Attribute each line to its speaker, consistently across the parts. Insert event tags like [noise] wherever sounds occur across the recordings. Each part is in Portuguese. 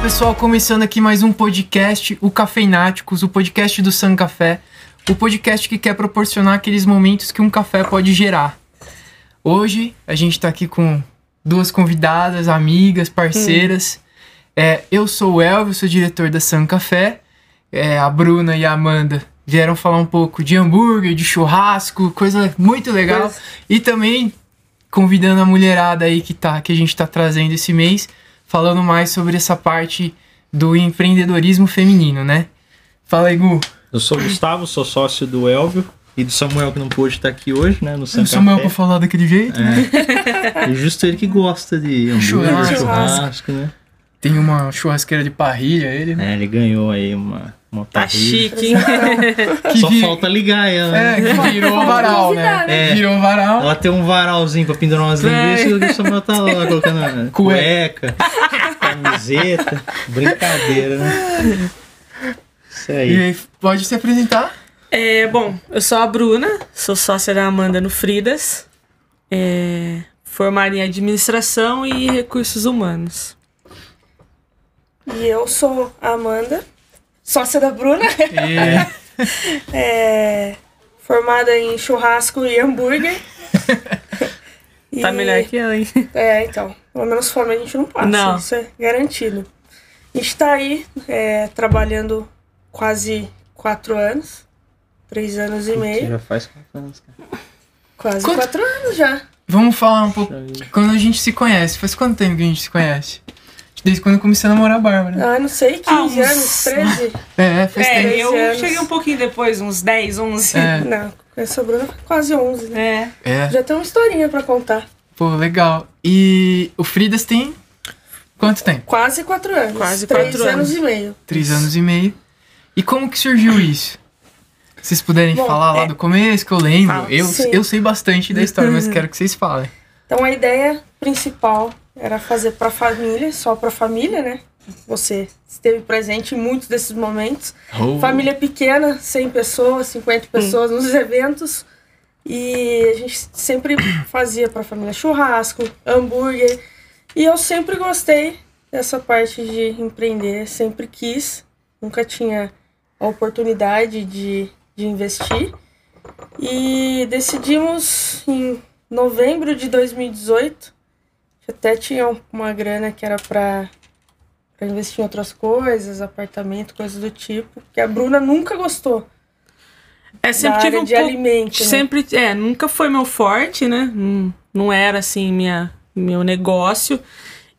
Speaker 1: pessoal, começando aqui mais um podcast, o Cafeináticos, o podcast do San Café, o podcast que quer proporcionar aqueles momentos que um café pode gerar. Hoje a gente tá aqui com duas convidadas, amigas, parceiras. É, eu sou o Elvio, sou diretor da San Café. É, a Bruna e a Amanda vieram falar um pouco de hambúrguer, de churrasco, coisa muito legal.
Speaker 2: Coisa-
Speaker 1: E também convidando a mulherada aí que, tá, que a gente tá trazendo esse mês, falando mais sobre essa parte do empreendedorismo feminino, né? Fala aí, Gu.
Speaker 3: Eu sou o Gustavo, sou sócio do Elvio e do Samuel, que não pôde estar aqui hoje, né? No San
Speaker 1: Não sou meu pra
Speaker 3: Café.
Speaker 1: falar daquele jeito.
Speaker 3: É justo ele que gosta de hambúrguer,
Speaker 1: Churrasco.
Speaker 3: churrasco, né?
Speaker 1: Tem uma churrasqueira de parrilha, ele, né?
Speaker 3: É, ele ganhou aí uma, uma
Speaker 2: Tá
Speaker 3: parrilha.
Speaker 2: chique, hein?
Speaker 1: Que
Speaker 3: Só
Speaker 1: vi-
Speaker 3: falta ligar ela. né?
Speaker 1: É, que virou um varal, né?
Speaker 3: né? É.
Speaker 1: Virou um varal.
Speaker 3: Ela tem um varalzinho pra pendurar umas
Speaker 2: É.
Speaker 3: linguiças e o Samuel tá lá colocando a cueca, camiseta. Brincadeira, né? Isso
Speaker 1: E
Speaker 3: aí.
Speaker 1: aí, pode se apresentar?
Speaker 2: [laughs] É, bom, eu sou a Bruna, sou sócia da Amanda no Fridas, é, formada em administração e recursos humanos.
Speaker 4: E eu sou a Amanda, sócia da Bruna,
Speaker 1: E-
Speaker 4: [laughs] é, formada em churrasco e hambúrguer.
Speaker 2: [laughs] Tá
Speaker 4: E-
Speaker 2: melhor que
Speaker 4: [laughs]
Speaker 2: eu, hein?
Speaker 4: É, então. Pelo menos fome a gente não passa,
Speaker 2: Não.
Speaker 4: isso é garantido. A gente tá aí é, trabalhando quase quatro anos, três anos e
Speaker 3: Você
Speaker 4: meio.
Speaker 3: já faz quatro anos, cara.
Speaker 4: Quase
Speaker 1: Quanto-
Speaker 4: quatro anos já.
Speaker 1: Vamos falar um pouco. Quando a gente se conhece, faz quanto tempo que a gente se conhece? Desde quando eu comecei a namorar a Bárbara.
Speaker 4: Ah, não sei, 15
Speaker 2: Ah, uns-
Speaker 4: anos, 13?
Speaker 1: É, faz
Speaker 2: É,
Speaker 1: tempo.
Speaker 4: Três
Speaker 2: eu
Speaker 4: anos.
Speaker 2: cheguei um pouquinho depois, uns 10, 11. É.
Speaker 1: É,
Speaker 4: Não, essa Bruna foi quase 11, né?
Speaker 1: é.
Speaker 4: Já tem uma historinha pra contar.
Speaker 1: Pô, legal. E o Fridas tem quanto tempo?
Speaker 4: Quase quatro anos.
Speaker 2: Quase
Speaker 4: três
Speaker 2: quatro
Speaker 4: anos.
Speaker 2: anos.
Speaker 4: e meio.
Speaker 1: Três anos e meio. E como que surgiu isso? Se Vocês puderem
Speaker 4: Bom,
Speaker 1: falar lá do começo, que eu lembro.
Speaker 2: é Fala.
Speaker 1: eu,
Speaker 4: Sim.
Speaker 1: eu sei bastante da história,
Speaker 2: [laughs]
Speaker 1: mas quero que vocês falem.
Speaker 4: Então a ideia principal era fazer pra família, só pra família, né? Você esteve presente em muitos desses momentos. Família pequena, 100 pessoas, 50 pessoas nos eventos. E a gente sempre fazia pra família churrasco, hambúrguer. E eu sempre gostei dessa parte de empreender, sempre quis. Nunca tinha a oportunidade de, de investir. E decidimos em novembro de 2018, que até tinha um- uma grana que era pra pra investir em outras coisas, apartamento, coisas do tipo, que a Bruna nunca gostou da
Speaker 2: sempre
Speaker 4: área
Speaker 2: tive um
Speaker 4: de
Speaker 2: pouco.
Speaker 4: alimento, né?
Speaker 2: Sempre, é, nunca foi meu forte, né? Não, não era assim minha meu negócio.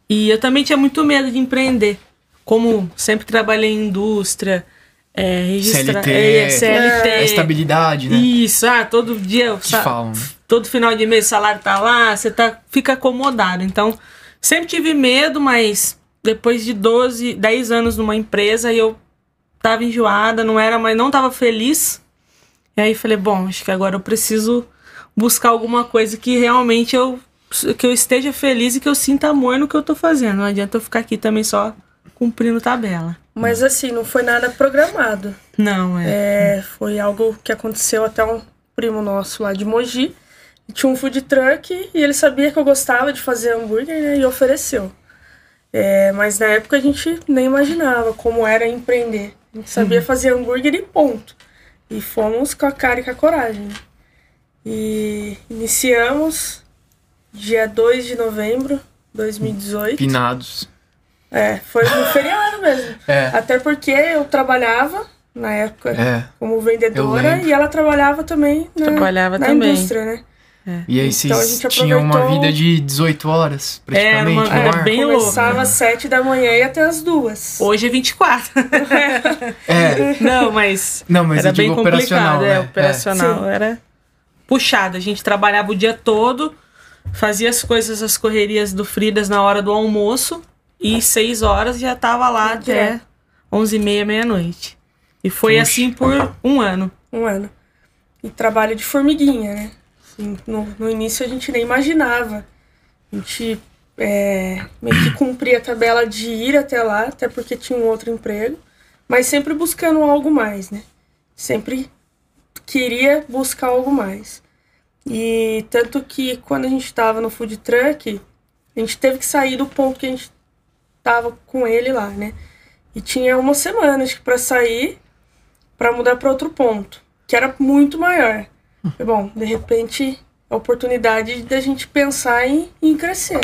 Speaker 2: E eu também tinha muito medo de empreender. Como sempre trabalhei em indústria, é, registrar
Speaker 1: CLT,
Speaker 2: é, CLT.
Speaker 4: Ah.
Speaker 1: A estabilidade, né?
Speaker 2: Isso, ah, todo dia, eu
Speaker 1: Que
Speaker 2: sa-
Speaker 1: falam. né?
Speaker 2: todo final de mês o salário tá lá, você tá, fica acomodado. Então, sempre tive medo, mas depois de 12, 10 anos numa empresa, eu tava enjoada, não era, mas não tava feliz. E aí falei, bom, acho que agora eu preciso buscar alguma coisa que realmente eu que eu esteja feliz e que eu sinta amor no que eu tô fazendo. Não adianta eu ficar aqui também só cumprindo tabela.
Speaker 4: Mas assim, não foi nada programado.
Speaker 2: Não, é.
Speaker 4: É, foi algo que aconteceu até um primo nosso lá de Mogi. Tinha um food truck e ele sabia que eu gostava de fazer hambúrguer né, e ofereceu. É, mas na época a gente nem imaginava como era empreender. A gente sabia fazer hambúrguer e ponto. E fomos com a cara e com a coragem. E iniciamos dia 2 de novembro de 2018.
Speaker 1: Pinados.
Speaker 4: É, foi no feriado mesmo.
Speaker 1: É,
Speaker 4: Até porque eu trabalhava na época
Speaker 1: é.
Speaker 4: como
Speaker 1: Eu
Speaker 4: vendedora
Speaker 1: lembro.
Speaker 4: e ela trabalhava também na,
Speaker 2: Trabalhava
Speaker 4: na
Speaker 2: também.
Speaker 4: indústria, né?
Speaker 1: E aí
Speaker 4: Então, a
Speaker 1: vocês
Speaker 4: gente
Speaker 1: tinham uma
Speaker 4: aproveitou-
Speaker 1: vida de 18 horas,
Speaker 2: Era uma
Speaker 1: praticamente,
Speaker 2: vida
Speaker 1: no ar.
Speaker 2: É, bem louca.
Speaker 4: Começava às sete da manhã e até às duas.
Speaker 2: Hoje é
Speaker 4: [laughs]
Speaker 2: 24.
Speaker 1: É,
Speaker 2: não, mas
Speaker 1: não, mas
Speaker 2: era
Speaker 1: eu
Speaker 2: bem
Speaker 1: digo operacional,
Speaker 2: complicado,
Speaker 1: né?
Speaker 2: é, operacional, era puxado. A gente trabalhava o dia todo, fazia as coisas, as correrias do Fridas na hora do almoço
Speaker 1: É.
Speaker 2: e seis horas já tava lá até
Speaker 4: Direto.
Speaker 2: onze e meia, meia-noite. E foi
Speaker 1: Puxa.
Speaker 2: assim por um ano.
Speaker 4: Um ano. E trabalho de formiguinha, né? Assim, no, no início a gente nem imaginava. A gente é, meio que cumpria a tabela de ir até lá, até porque tinha um outro emprego, mas sempre buscando algo mais, né? Sempre queria buscar algo mais. E tanto que quando a gente estava no food truck, a gente teve que sair do ponto que a gente tava com ele lá, né? E tinha uma semana, acho que, pra sair, pra mudar pra outro ponto, que era muito maior. Falei, bom, de repente, a oportunidade da gente pensar em, em crescer.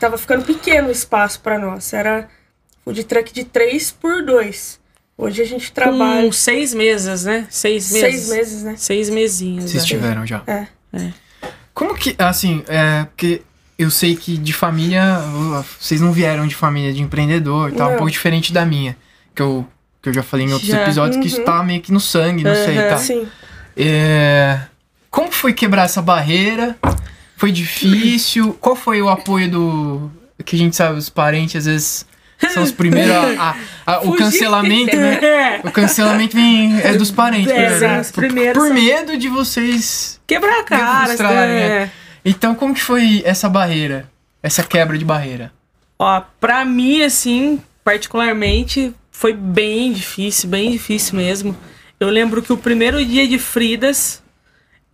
Speaker 4: Tava ficando pequeno o espaço pra nós. Era o de truck de 3 por 2. Hoje a gente trabalha
Speaker 2: Com seis meses, né? Seis meses.
Speaker 4: seis meses, né?
Speaker 2: Seis mesinhos.
Speaker 1: Vocês
Speaker 2: né?
Speaker 1: tiveram já.
Speaker 4: É.
Speaker 2: É.
Speaker 1: Como que, assim, é, porque eu sei que de família, uh, vocês não vieram de família de empreendedor e tal, um
Speaker 4: Não.
Speaker 1: pouco diferente da minha, que eu, que eu já falei em outros
Speaker 2: Já,
Speaker 1: episódios, que isso
Speaker 4: uhum.
Speaker 1: tá meio que no sangue, não sei e
Speaker 2: Aham.
Speaker 1: tal.
Speaker 4: Sim.
Speaker 1: É, como que foi quebrar essa barreira? Foi difícil? Qual foi o apoio do. Que a gente sabe, os parentes às vezes são os primeiros a. a- a- o
Speaker 2: [laughs] Fugir.
Speaker 1: cancelamento, né?
Speaker 2: É.
Speaker 1: O cancelamento vem é dos parentes,
Speaker 2: É,
Speaker 1: primeiro, né?
Speaker 2: exato, os primeiros
Speaker 1: por
Speaker 2: são-
Speaker 1: medo de vocês.
Speaker 2: [laughs] Quebrar a cara.
Speaker 1: Demonstrarem,
Speaker 2: né?
Speaker 1: Então, como que foi essa barreira? Essa quebra de barreira?
Speaker 2: Ó, pra mim, assim, particularmente, foi bem difícil, bem difícil mesmo. Eu lembro que o primeiro dia de Fridas,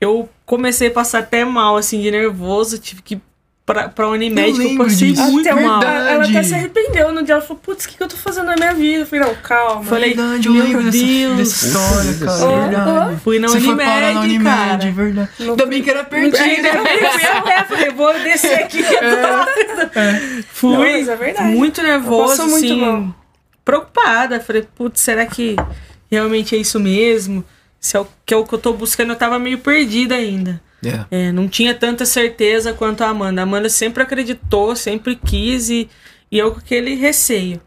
Speaker 2: eu comecei a passar até mal, assim, de nervoso. Tive que ir pra, pra Unimed,
Speaker 1: Eu
Speaker 2: que eu
Speaker 1: lembro
Speaker 2: passei
Speaker 1: disso.
Speaker 2: muito
Speaker 4: Até uma-
Speaker 2: mal.
Speaker 1: Verdade.
Speaker 4: Ela até se arrependeu no dia. Ela falou, putz, o que, que eu tô fazendo na minha vida? Eu falei, não, calma.
Speaker 2: Falei,
Speaker 1: verdade, eu
Speaker 2: meu
Speaker 1: lembro dessa,
Speaker 2: Deus.
Speaker 1: dessa história,
Speaker 3: Puta,
Speaker 1: cara.
Speaker 4: Deus.
Speaker 1: verdade.
Speaker 2: Fui na
Speaker 1: Você foi
Speaker 2: Unimed,
Speaker 1: parar na Unimed,
Speaker 2: cara.
Speaker 1: verdade.
Speaker 4: Não
Speaker 1: Ainda bem que era
Speaker 2: Aí,
Speaker 1: perdido.
Speaker 2: né, eu fui até, falei, vou descer aqui.
Speaker 1: É.
Speaker 2: Fui
Speaker 4: Não, mas é verdade.
Speaker 2: muito nervosa,
Speaker 4: Passou muito
Speaker 2: assim,
Speaker 4: mal.
Speaker 2: preocupada. Falei, putz, será que realmente é isso mesmo? Se é o que, é o que eu tô buscando, eu tava meio perdida ainda.
Speaker 1: É.
Speaker 2: É, não tinha tanta certeza quanto a Amanda. A Amanda sempre acreditou, sempre quis e, e eu com aquele receio.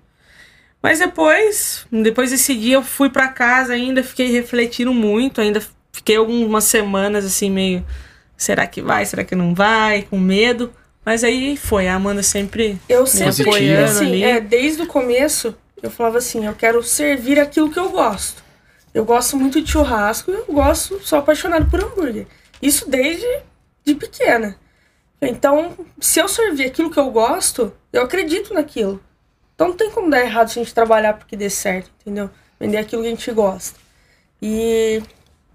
Speaker 2: Mas depois, depois desse dia eu fui pra casa ainda, fiquei refletindo muito, ainda fiquei algumas semanas assim meio, será que vai, será que não vai, com medo. Mas aí foi, a Amanda sempre
Speaker 4: Eu sempre,
Speaker 2: Positiva.
Speaker 4: assim, é, desde o começo, eu falava assim, eu quero servir aquilo que eu gosto. Eu gosto muito de churrasco e eu gosto, sou apaixonado por hambúrguer. Isso desde de pequena. Então, se eu servir aquilo que eu gosto, eu acredito naquilo. Então não tem como dar errado se a gente trabalhar porque dê certo, entendeu? Vender aquilo que a gente gosta. E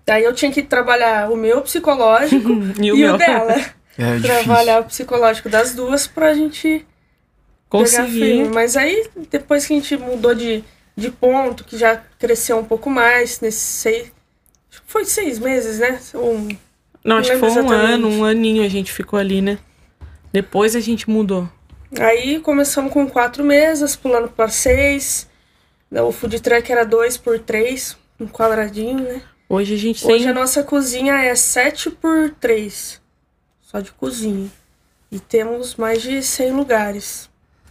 Speaker 4: daí eu tinha que trabalhar o meu psicológico
Speaker 2: [laughs] e
Speaker 4: e
Speaker 2: o
Speaker 4: o,
Speaker 2: meu
Speaker 4: dela.
Speaker 1: É difícil.
Speaker 4: Trabalhar o psicológico das duas pra gente pegar
Speaker 2: consegui.
Speaker 4: firme. Mas aí, depois que a gente mudou de, de ponto, que já cresceu um pouco mais, nesses seis. acho que Foi seis meses, né? Um,
Speaker 2: Não, acho que foi
Speaker 4: Lembro
Speaker 2: um ano,
Speaker 4: exatamente.
Speaker 2: um aninho a gente ficou ali, né? Depois a gente mudou.
Speaker 4: aí começamos com quatro mesas, pulando pra seis. O food truck era dois por três, um quadradinho, né?
Speaker 2: Hoje a gente
Speaker 4: Hoje um
Speaker 2: tem
Speaker 4: a nossa cozinha é 7 por 3 só de cozinha. E temos mais de 100 lugares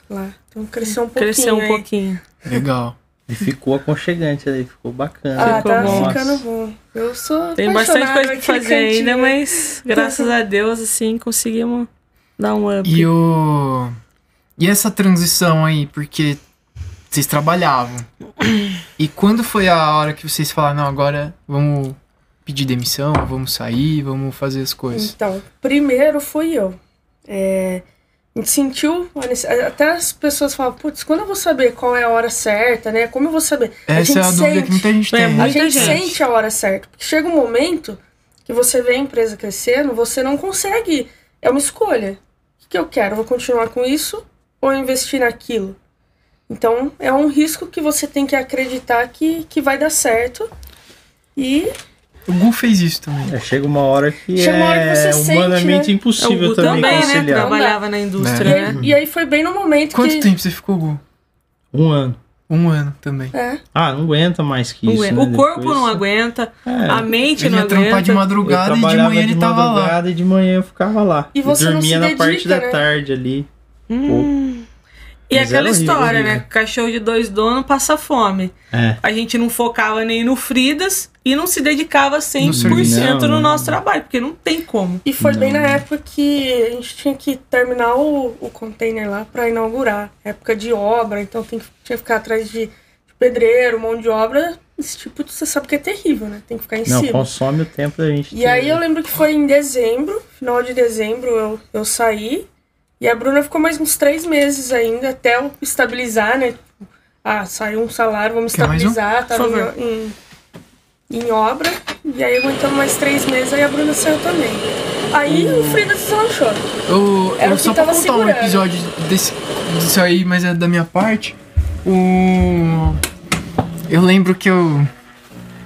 Speaker 4: lá. Então cresceu um pouquinho.
Speaker 2: cresceu um
Speaker 4: aí.
Speaker 2: pouquinho.
Speaker 1: Legal.
Speaker 3: E ficou aconchegante aí, ficou bacana.
Speaker 4: Ah,
Speaker 2: Ficou
Speaker 4: tá
Speaker 2: bom.
Speaker 4: ficando bom. Eu sou.
Speaker 2: Tem bastante coisa
Speaker 4: apaixonada
Speaker 2: pra
Speaker 4: naquele
Speaker 2: fazer
Speaker 4: cantinho.
Speaker 2: ainda, mas graças a Deus, assim, conseguimos dar um up.
Speaker 1: E o. E essa transição aí, porque vocês trabalhavam. E quando foi a hora que vocês falaram, não, agora vamos pedir demissão, vamos sair, vamos fazer as coisas?
Speaker 4: Então, primeiro fui eu. É, a gente sentiu. a nece- Até as pessoas falam, putz, quando eu vou saber qual é a hora certa, né? Como eu vou saber?
Speaker 1: Essa é a
Speaker 4: gente
Speaker 1: dúvida
Speaker 4: sente.
Speaker 1: que muita gente
Speaker 2: É,
Speaker 1: tem.
Speaker 4: A
Speaker 2: muito-
Speaker 1: né?
Speaker 4: gente,
Speaker 2: gente.
Speaker 4: sente a hora certa. Porque chega um momento que você vê a empresa crescendo, você não consegue. É uma escolha. O que eu quero? Eu Vou continuar com isso ou eu investir naquilo? Então, é um risco que você tem que acreditar que, que vai dar certo. E
Speaker 1: O Gu fez isso também.
Speaker 3: É, Chega uma hora que
Speaker 4: Chega uma hora que
Speaker 3: é
Speaker 4: você sente,
Speaker 3: humanamente
Speaker 4: né?
Speaker 2: o
Speaker 3: impossível
Speaker 2: Gu
Speaker 3: também,
Speaker 2: também, né?
Speaker 3: conciliar.
Speaker 2: Trabalhava na indústria,
Speaker 4: E
Speaker 1: É.
Speaker 2: né?
Speaker 4: aí, e aí foi bem no momento
Speaker 1: Quanto
Speaker 4: que.
Speaker 1: tempo você ficou, Gu?
Speaker 3: Um ano.
Speaker 1: Um ano também.
Speaker 4: É,
Speaker 3: Ah, não aguenta mais que isso.
Speaker 2: O-
Speaker 3: né?
Speaker 2: o corpo
Speaker 3: Depois-
Speaker 2: não aguenta,
Speaker 3: É,
Speaker 4: Ah,
Speaker 2: a mente
Speaker 1: Ele
Speaker 2: não
Speaker 1: ia trampar de
Speaker 2: aguenta.
Speaker 3: eu
Speaker 1: madrugada e de
Speaker 3: trabalhava
Speaker 1: manhã ele tava lá.
Speaker 3: madrugada E de manhã eu ficava lá.
Speaker 4: E você não
Speaker 3: dormia
Speaker 4: se
Speaker 3: na parte
Speaker 4: dedica,
Speaker 3: da
Speaker 4: né?
Speaker 3: tarde ali. um
Speaker 2: Hum. E
Speaker 3: Mas
Speaker 2: aquela
Speaker 3: era horrível,
Speaker 2: história,
Speaker 3: horrível.
Speaker 2: né? Cachorro de dois donos passa fome.
Speaker 3: É.
Speaker 2: A gente não focava nem no Fridas e não se dedicava 100% no
Speaker 3: serviço. Não,
Speaker 2: nosso
Speaker 3: não.
Speaker 2: trabalho, porque não tem como.
Speaker 4: e foi bem na época que a gente tinha que terminar o, o container lá para inaugurar. Época de obra, então tem que, tinha que ficar atrás de, de pedreiro, mão de obra. Esse tipo, de- você sabe que é terrível, né? Tem que ficar em
Speaker 3: Não,
Speaker 4: cima.
Speaker 3: consome o tempo da gente.
Speaker 4: E
Speaker 3: ter-
Speaker 4: aí eu lembro que foi em dezembro, final de dezembro eu, eu saí. E a Bruna ficou mais uns três meses ainda até eu estabilizar, né? Ah, saiu um salário, vamos
Speaker 1: Quer mais um?
Speaker 4: estabilizar, tava
Speaker 2: Por favor.
Speaker 4: em, em, em obra. E aí aguentamos mais três meses, aí a Bruna saiu também. Aí
Speaker 1: Hum.
Speaker 4: o Frida deslanchou.
Speaker 1: Eu,
Speaker 4: Era
Speaker 1: eu
Speaker 4: o que
Speaker 1: só pra
Speaker 4: tava
Speaker 1: contar um
Speaker 4: segurando.
Speaker 1: episódio desse, disso aí, mas é da minha parte. O... Eu lembro que eu,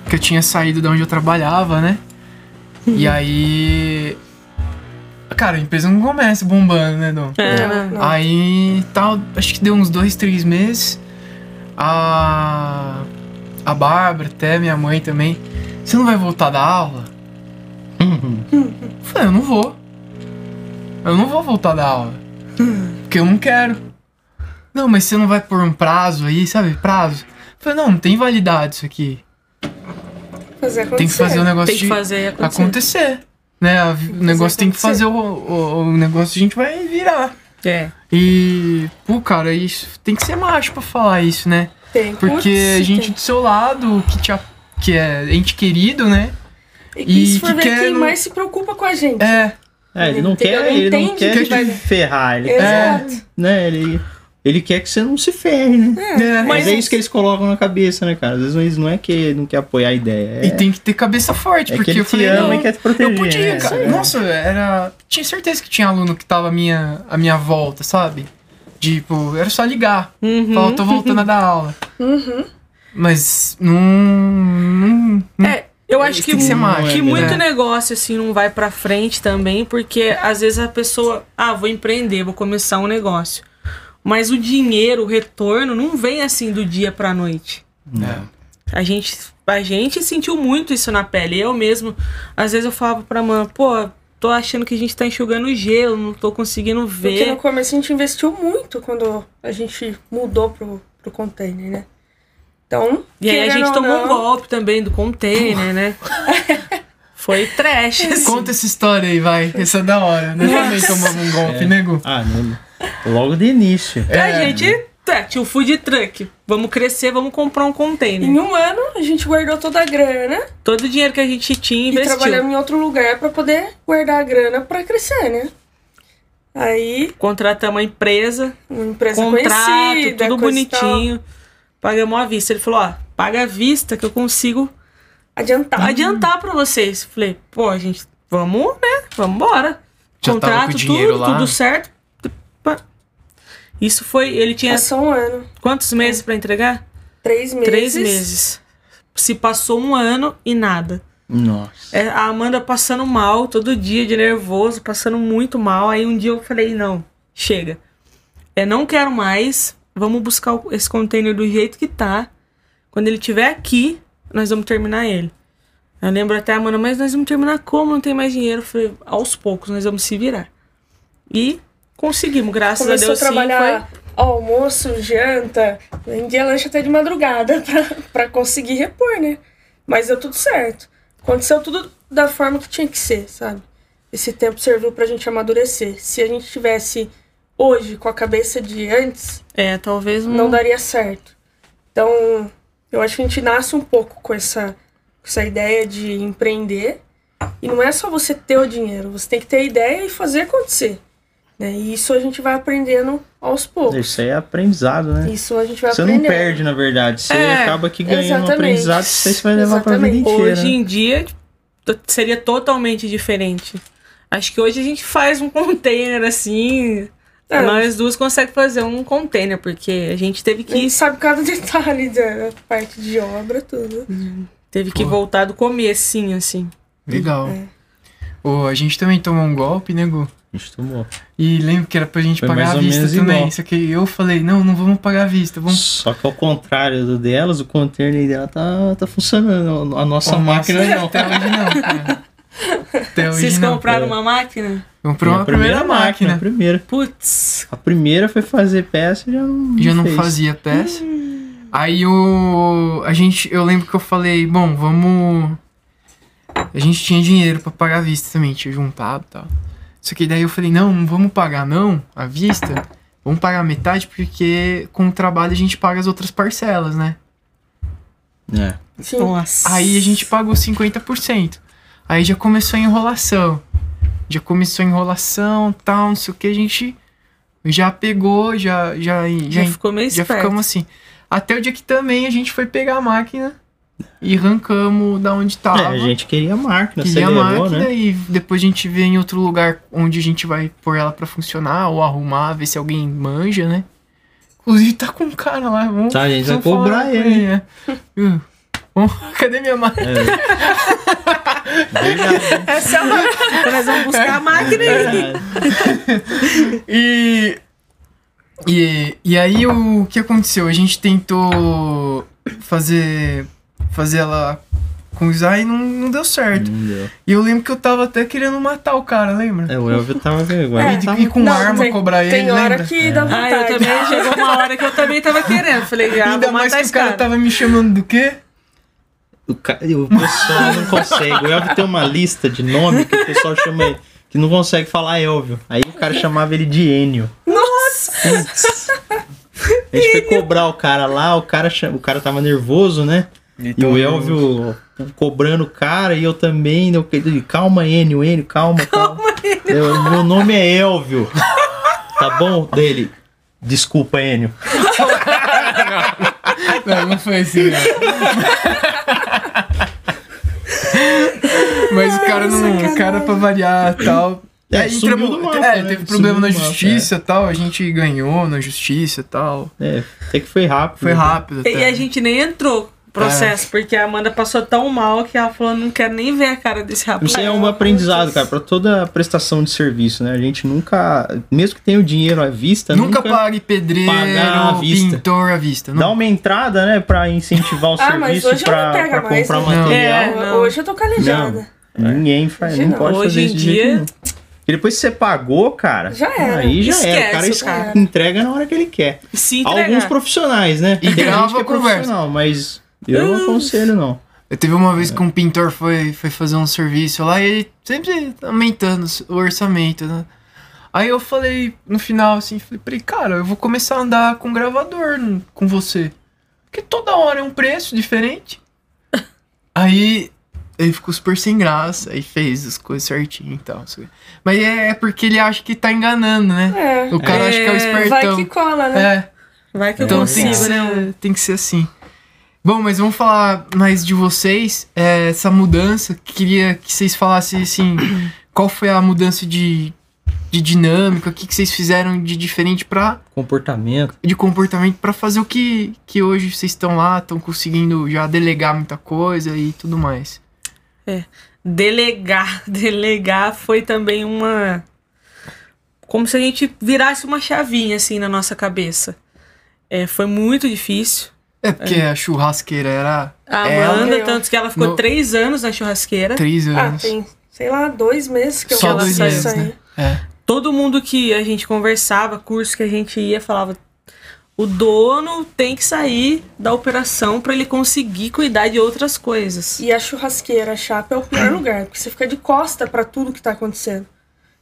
Speaker 1: que eu tinha saído de onde eu trabalhava, né? E aí. Cara, a empresa não começa bombando, né, Dom?
Speaker 2: É, né?
Speaker 4: Não.
Speaker 1: Aí tal, acho que deu uns dois, três meses. A. A Bárbara, até minha mãe também. Você não vai voltar da aula? Eu falei, eu não vou. Eu não vou voltar da aula. Porque eu não quero. Não, mas você não vai pôr um prazo aí, sabe? Prazo. Eu falei, não, não tem validade isso aqui.
Speaker 4: Fazer
Speaker 1: Tem que
Speaker 4: acontecer.
Speaker 1: fazer né? o negócio
Speaker 2: Tem que
Speaker 1: de
Speaker 2: fazer acontecer.
Speaker 1: acontecer. Né? A vi- O negócio tem que fazer o, o, o negócio, a gente vai virar.
Speaker 2: É.
Speaker 1: E, pô, cara, isso tem que ser macho pra falar isso, né?
Speaker 4: Tem.
Speaker 1: Porque
Speaker 4: Putz,
Speaker 1: a gente
Speaker 4: tem.
Speaker 1: do seu lado, que, te, a- que é ente querido, né?
Speaker 4: E,
Speaker 1: e
Speaker 4: se for
Speaker 1: que
Speaker 4: ver
Speaker 1: quer
Speaker 4: quem
Speaker 1: não-
Speaker 4: mais se preocupa com a gente.
Speaker 1: É,
Speaker 3: É, ele não
Speaker 4: Entendeu?
Speaker 3: quer, ele não
Speaker 4: Entende
Speaker 3: quer
Speaker 4: que
Speaker 3: te
Speaker 4: vai-
Speaker 3: ferrar. Ele quer,
Speaker 4: Exato.
Speaker 3: né? Ele, ele quer que você não se ferre, né?
Speaker 4: Hum,
Speaker 1: é.
Speaker 3: Mas,
Speaker 2: Mas-
Speaker 3: é isso que eles colocam na cabeça, né, cara? Às vezes eles não é que não quer apoiar a ideia. É,
Speaker 1: E tem que ter cabeça forte,
Speaker 3: é que
Speaker 1: porque
Speaker 3: ele
Speaker 1: eu
Speaker 3: te
Speaker 1: falei, não,
Speaker 3: ama e quer te proteger.
Speaker 1: eu
Speaker 3: né?
Speaker 1: podia,
Speaker 3: Isso aí.
Speaker 1: cara. Nossa, era. Tinha certeza que tinha aluno que tava à minha, à minha volta, sabe? Tipo, era só ligar.
Speaker 2: Uhum.
Speaker 1: Falar, tô voltando a dar aula.
Speaker 4: Uhum.
Speaker 1: Mas não. não- não-
Speaker 2: É, eu acho
Speaker 1: Isso
Speaker 2: que,
Speaker 1: tem que ser
Speaker 2: mu-
Speaker 1: mágico, né?
Speaker 2: que muito negócio assim não vai pra frente também, porque às vezes a pessoa, ah, vou empreender, vou começar um negócio. Mas o dinheiro, o retorno não vem assim do dia pra noite.
Speaker 3: Não.
Speaker 2: A gente a gente sentiu muito isso na pele. Eu mesmo, às vezes eu falava pra mãe, pô, tô achando que a gente tá enxugando gelo, não tô conseguindo
Speaker 4: Porque no
Speaker 2: ver.
Speaker 4: começo a gente investiu muito quando a gente mudou pro, pro container, né? Então,
Speaker 2: E aí a
Speaker 4: querendo
Speaker 2: gente
Speaker 4: ou
Speaker 2: tomou
Speaker 4: não,
Speaker 2: um golpe também do container,
Speaker 4: [laughs]
Speaker 2: né? Foi trash. assim.
Speaker 1: Conta essa história aí, vai. Essa é da hora. Nós também tomamos um golpe,
Speaker 3: É.
Speaker 1: nego.
Speaker 3: Ah, não. Logo de início.
Speaker 4: É.
Speaker 2: A gente tá, tinha o food truck. Vamos crescer, vamos comprar um container.
Speaker 4: Em um ano, a gente guardou toda a grana
Speaker 2: Todo o dinheiro que a gente tinha
Speaker 4: e
Speaker 2: investiu.
Speaker 4: trabalhamos em outro lugar pra poder guardar a grana pra crescer, né? Aí,
Speaker 2: Contratamos a empresa,
Speaker 4: uma empresa
Speaker 2: contrato,
Speaker 4: conhecida,
Speaker 2: tudo
Speaker 4: coisa e tal,
Speaker 2: bonitinho. Pagamos à vista. Ele falou: ó, paga à vista que eu consigo
Speaker 4: Adiantado.
Speaker 2: adiantar pra vocês. Falei, pô, gente, vamos, né? Vamos embora.
Speaker 1: Já tava com o
Speaker 2: Contrato,
Speaker 1: dinheiro
Speaker 2: tudo,
Speaker 1: lá?
Speaker 2: tudo certo. Pá. Isso foi. Ele tinha
Speaker 4: Passou um ano,
Speaker 2: quantos meses pra entregar?
Speaker 4: três meses.
Speaker 2: Três meses. Se passou um ano e nada.
Speaker 3: Nossa.
Speaker 2: É, a Amanda passando mal, todo dia de nervoso, passando muito mal. Aí um dia eu falei, não, chega. É, não quero mais. Vamos buscar o- esse container do jeito que tá. Quando ele estiver aqui, nós vamos terminar ele. Eu lembro até a Amanda, mas nós vamos terminar como? Não tem mais dinheiro. Eu falei, aos poucos, nós vamos se virar. E conseguimos, graças
Speaker 4: Começou
Speaker 2: a Deus.
Speaker 4: a trabalhar
Speaker 2: Sim,
Speaker 4: almoço, janta, vendia lanche até de madrugada [laughs] pra, pra conseguir repor, né? Mas deu tudo certo. Aconteceu tudo da forma que tinha que ser, sabe? Esse tempo serviu pra gente amadurecer. Se a gente tivesse hoje com a cabeça de antes,
Speaker 2: foi, é, talvez não.
Speaker 4: não daria certo. Então, eu acho que a gente nasce um pouco com essa, com essa ideia de empreender. E não é só você ter o dinheiro, você tem que ter a ideia e fazer acontecer. Né? E isso a gente vai aprendendo aos poucos.
Speaker 3: Isso aí é aprendizado, né?
Speaker 4: Isso a gente vai
Speaker 3: Você não
Speaker 4: aprendendo.
Speaker 3: perde, na verdade. Você
Speaker 2: É,
Speaker 3: acaba que ganhando um
Speaker 4: exatamente.
Speaker 3: aprendizado que você vai levar pra vida
Speaker 4: Exatamente.
Speaker 3: inteira. né?
Speaker 2: Hoje em dia t- seria totalmente diferente. Acho que hoje a gente faz um [laughs] container assim.
Speaker 4: É.
Speaker 2: Nós duas conseguimos fazer um container, porque a gente teve
Speaker 4: A gente
Speaker 2: que,
Speaker 4: sabe cada [laughs] detalhe da parte de obra, tudo.
Speaker 2: teve que
Speaker 1: Pô.
Speaker 2: voltar do comecinho, assim.
Speaker 1: Legal. Uhum. Ô, a gente também tomou um golpe, nego.
Speaker 3: A gente tomou.
Speaker 1: E lembro que era pra gente
Speaker 3: Foi
Speaker 1: pagar
Speaker 3: mais
Speaker 1: à
Speaker 3: ou
Speaker 1: vista
Speaker 3: menos
Speaker 1: também.
Speaker 3: igual.
Speaker 1: Só que eu falei, não, não vamos pagar à vista.
Speaker 3: [laughs]
Speaker 1: Vamos.
Speaker 3: Só que ao contrário do delas, o container dela tá, tá funcionando. A nossa
Speaker 1: Pô,
Speaker 3: máquina
Speaker 1: nossa, Tá
Speaker 3: não.
Speaker 1: Até hoje não, cara. Até hoje
Speaker 2: Vocês
Speaker 1: não.
Speaker 2: compraram uma máquina?
Speaker 1: Comprou
Speaker 3: E
Speaker 1: uma primeira, máquina.
Speaker 3: A primeira.
Speaker 2: Putz,
Speaker 3: A primeira foi fazer peça e já não.
Speaker 1: Já não
Speaker 3: fez.
Speaker 1: fazia peça. Aí o. A gente. Eu lembro que eu falei, bom, vamos. A gente tinha dinheiro pra pagar à vista também, tinha juntado e tal. Só que daí eu falei, não, não vamos pagar não, à vista. Vamos pagar metade, porque com o trabalho a gente paga as outras parcelas, né?
Speaker 3: É.
Speaker 4: Sim.
Speaker 2: nossa.
Speaker 1: Aí a gente pagou 50%. Aí já começou a enrolação. Já começou a enrolação, tal, não sei o que. A gente já pegou, já, já,
Speaker 2: já
Speaker 1: já,
Speaker 2: ficou meio
Speaker 1: já
Speaker 2: esperto.
Speaker 1: ficamos assim. Até o dia que também a gente foi pegar a máquina e arrancamos da onde
Speaker 3: É,
Speaker 1: tava.
Speaker 3: a gente queria a máquina,
Speaker 1: Ah. Queria a
Speaker 3: acelerou,
Speaker 1: máquina
Speaker 3: né?
Speaker 1: e depois a gente vê em outro lugar onde a gente vai pôr ela pra funcionar ou arrumar, ver se alguém manja, né? Inclusive tá com um cara lá. Vamos,
Speaker 3: Tá, a gente vai
Speaker 1: vamos falar
Speaker 3: cobrar
Speaker 1: com
Speaker 3: ele.
Speaker 1: [laughs] é. Hum. Bom, [laughs] Cadê minha máquina? [laughs]
Speaker 3: É. Verdade.
Speaker 2: Essa é uma... [laughs] Então nós vamos buscar a máquina aí.
Speaker 3: verdade.
Speaker 1: E, e, e aí o que aconteceu? A gente tentou fazer, fazer ela com o Zay e não, não deu certo.
Speaker 3: Não deu.
Speaker 1: E eu lembro que eu tava até querendo matar o cara, lembra?
Speaker 3: É, o Elvio tava vergonha.
Speaker 2: É.
Speaker 1: E, de- e com
Speaker 4: Não,
Speaker 1: arma
Speaker 4: tem-
Speaker 1: cobrar ele,
Speaker 4: Tem hora
Speaker 1: lembra?
Speaker 4: que
Speaker 2: [laughs]
Speaker 4: dá
Speaker 2: Ah,
Speaker 4: vontade.
Speaker 2: eu também. Chegou uma hora que eu também tava querendo. Falei, já,
Speaker 1: Ainda
Speaker 2: vou
Speaker 1: mais
Speaker 2: matar
Speaker 1: que o
Speaker 2: esse
Speaker 1: cara,
Speaker 2: cara.
Speaker 1: tava me chamando do quê?
Speaker 3: O, ca- o pessoal não consegue. O Elvio tem uma lista de nome que o pessoal chama ele, que não consegue falar Elvio. Aí o cara chamava ele de Enio. Nossa! A gente foi cobrar o cara lá, o cara, cha- o cara tava nervoso, né? E
Speaker 1: Então,
Speaker 3: o Elvio cobrando o cara e eu também. Eu, ele, calma, Enio, Enio, calma, calma. Eu, meu nome é Elvio. Tá bom? Dele. Desculpa, Enio.
Speaker 1: Não, não foi
Speaker 2: [laughs]
Speaker 1: assim, não. Mas o cara não. O cara pra variar tal.
Speaker 3: É,
Speaker 1: Aí
Speaker 3: sumiu
Speaker 1: entramos-
Speaker 3: do mapa,
Speaker 1: é,
Speaker 3: né?
Speaker 1: teve problema
Speaker 3: Sumiu
Speaker 1: na
Speaker 3: do mapa,
Speaker 1: justiça e tal. A gente ganhou na justiça e tal.
Speaker 3: É, até que foi rápido.
Speaker 1: Foi rápido.
Speaker 2: E
Speaker 1: até.
Speaker 2: a gente nem entrou no processo,
Speaker 1: É.
Speaker 2: porque a Amanda passou tão mal que ela falou, não quero nem ver a cara desse rapaz.
Speaker 3: Isso é um aprendizado, cara, pra toda prestação de serviço, né? A gente nunca, mesmo que tenha o dinheiro à vista,
Speaker 1: nunca,
Speaker 3: nunca,
Speaker 1: pague
Speaker 3: pagar à
Speaker 1: pedreiro, um
Speaker 3: vista.
Speaker 1: pintor à vista.
Speaker 3: dá
Speaker 1: Não.
Speaker 3: uma entrada, né, pra incentivar o
Speaker 4: [laughs] Ah, mas hoje
Speaker 3: serviço,
Speaker 4: eu
Speaker 3: pra,
Speaker 4: não pego
Speaker 3: pra
Speaker 4: mais,
Speaker 3: comprar
Speaker 4: né?
Speaker 3: material.
Speaker 2: É.
Speaker 4: Ho- Hoje eu tô calejada.
Speaker 3: Ninguém faz,
Speaker 4: Hoje
Speaker 3: não,
Speaker 4: não.
Speaker 3: pode
Speaker 2: Hoje
Speaker 3: fazer
Speaker 2: em
Speaker 3: isso de jeito
Speaker 2: dia-
Speaker 3: nenhum. E depois que você pagou, cara,
Speaker 4: Já era.
Speaker 3: aí já
Speaker 2: Esquece
Speaker 3: era. O cara,
Speaker 2: o
Speaker 3: es-
Speaker 2: cara.
Speaker 3: entrega na hora que ele quer.
Speaker 2: Se
Speaker 3: Alguns
Speaker 2: entregar.
Speaker 3: profissionais, né? Tem gente
Speaker 1: grava
Speaker 3: que é
Speaker 1: a conversa.
Speaker 3: profissional, mas eu
Speaker 4: Hum.
Speaker 3: não aconselho, não.
Speaker 1: Eu teve uma
Speaker 3: É.
Speaker 1: vez que um pintor foi, foi fazer um serviço lá e ele sempre aumentando o orçamento, né? Aí eu falei no final assim, falei, "Peraí, cara, eu vou começar a andar com gravador n- com você. Porque toda hora é um preço diferente. Aí ele ficou super sem graça, aí fez as coisas certinho e tal. não sei o quê. Mas é, é porque ele acha que tá enganando, né?
Speaker 4: É.
Speaker 1: O cara acha que é o
Speaker 4: Vai
Speaker 1: espertão.
Speaker 4: que cola, né?
Speaker 1: É.
Speaker 2: Vai que eu
Speaker 1: Então tem que,
Speaker 2: consigo, né?
Speaker 1: ser, tem que ser assim. Bom, mas vamos falar mais de vocês. é, essa mudança, queria que vocês falassem assim, [coughs] qual foi a mudança de, de dinâmica, o que, que vocês fizeram de diferente pra,
Speaker 3: Comportamento.
Speaker 1: de comportamento pra fazer o que, que hoje vocês estão lá, estão conseguindo já delegar muita coisa e tudo mais.
Speaker 2: Delegar. [laughs] Delegar foi também uma. Como se a gente virasse uma chavinha, assim, na nossa cabeça. É, foi muito difícil.
Speaker 1: É porque a churrasqueira era
Speaker 2: A
Speaker 1: Ela-
Speaker 2: Amanda, tanto que ela ficou
Speaker 1: É. No-
Speaker 2: três anos na churrasqueira.
Speaker 1: três
Speaker 4: Ah,
Speaker 1: anos.
Speaker 4: tem, sei lá, dois meses que eu
Speaker 1: É. Só
Speaker 4: faço
Speaker 1: dois
Speaker 4: isso
Speaker 2: meses,
Speaker 4: aí.
Speaker 1: né? É.
Speaker 2: todo mundo que a gente conversava, curso que a gente ia, falava: o dono tem que sair da operação para ele conseguir cuidar de outras coisas.
Speaker 4: E a churrasqueira, a chapa é o pior lugar, porque você fica de costa pra tudo que tá acontecendo.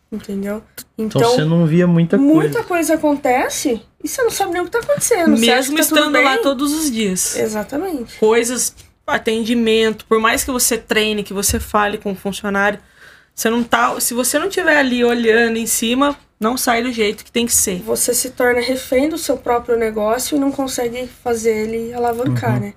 Speaker 4: Entendeu?
Speaker 3: Então,
Speaker 4: Então,
Speaker 3: você não via muita coisa.
Speaker 4: muita coisa acontece e você não sabe nem o que tá acontecendo. Você acha
Speaker 2: Mesmo
Speaker 4: que tá tudo
Speaker 2: estando
Speaker 4: bem?
Speaker 2: lá todos os dias.
Speaker 4: Exatamente.
Speaker 2: Coisas, atendimento, por mais que você treine, que você fale com o funcionário, você não tá, se você não tiver ali olhando em cima, não sai do jeito que tem que ser.
Speaker 4: Você se torna refém do seu próprio negócio e não consegue fazer ele alavancar, né?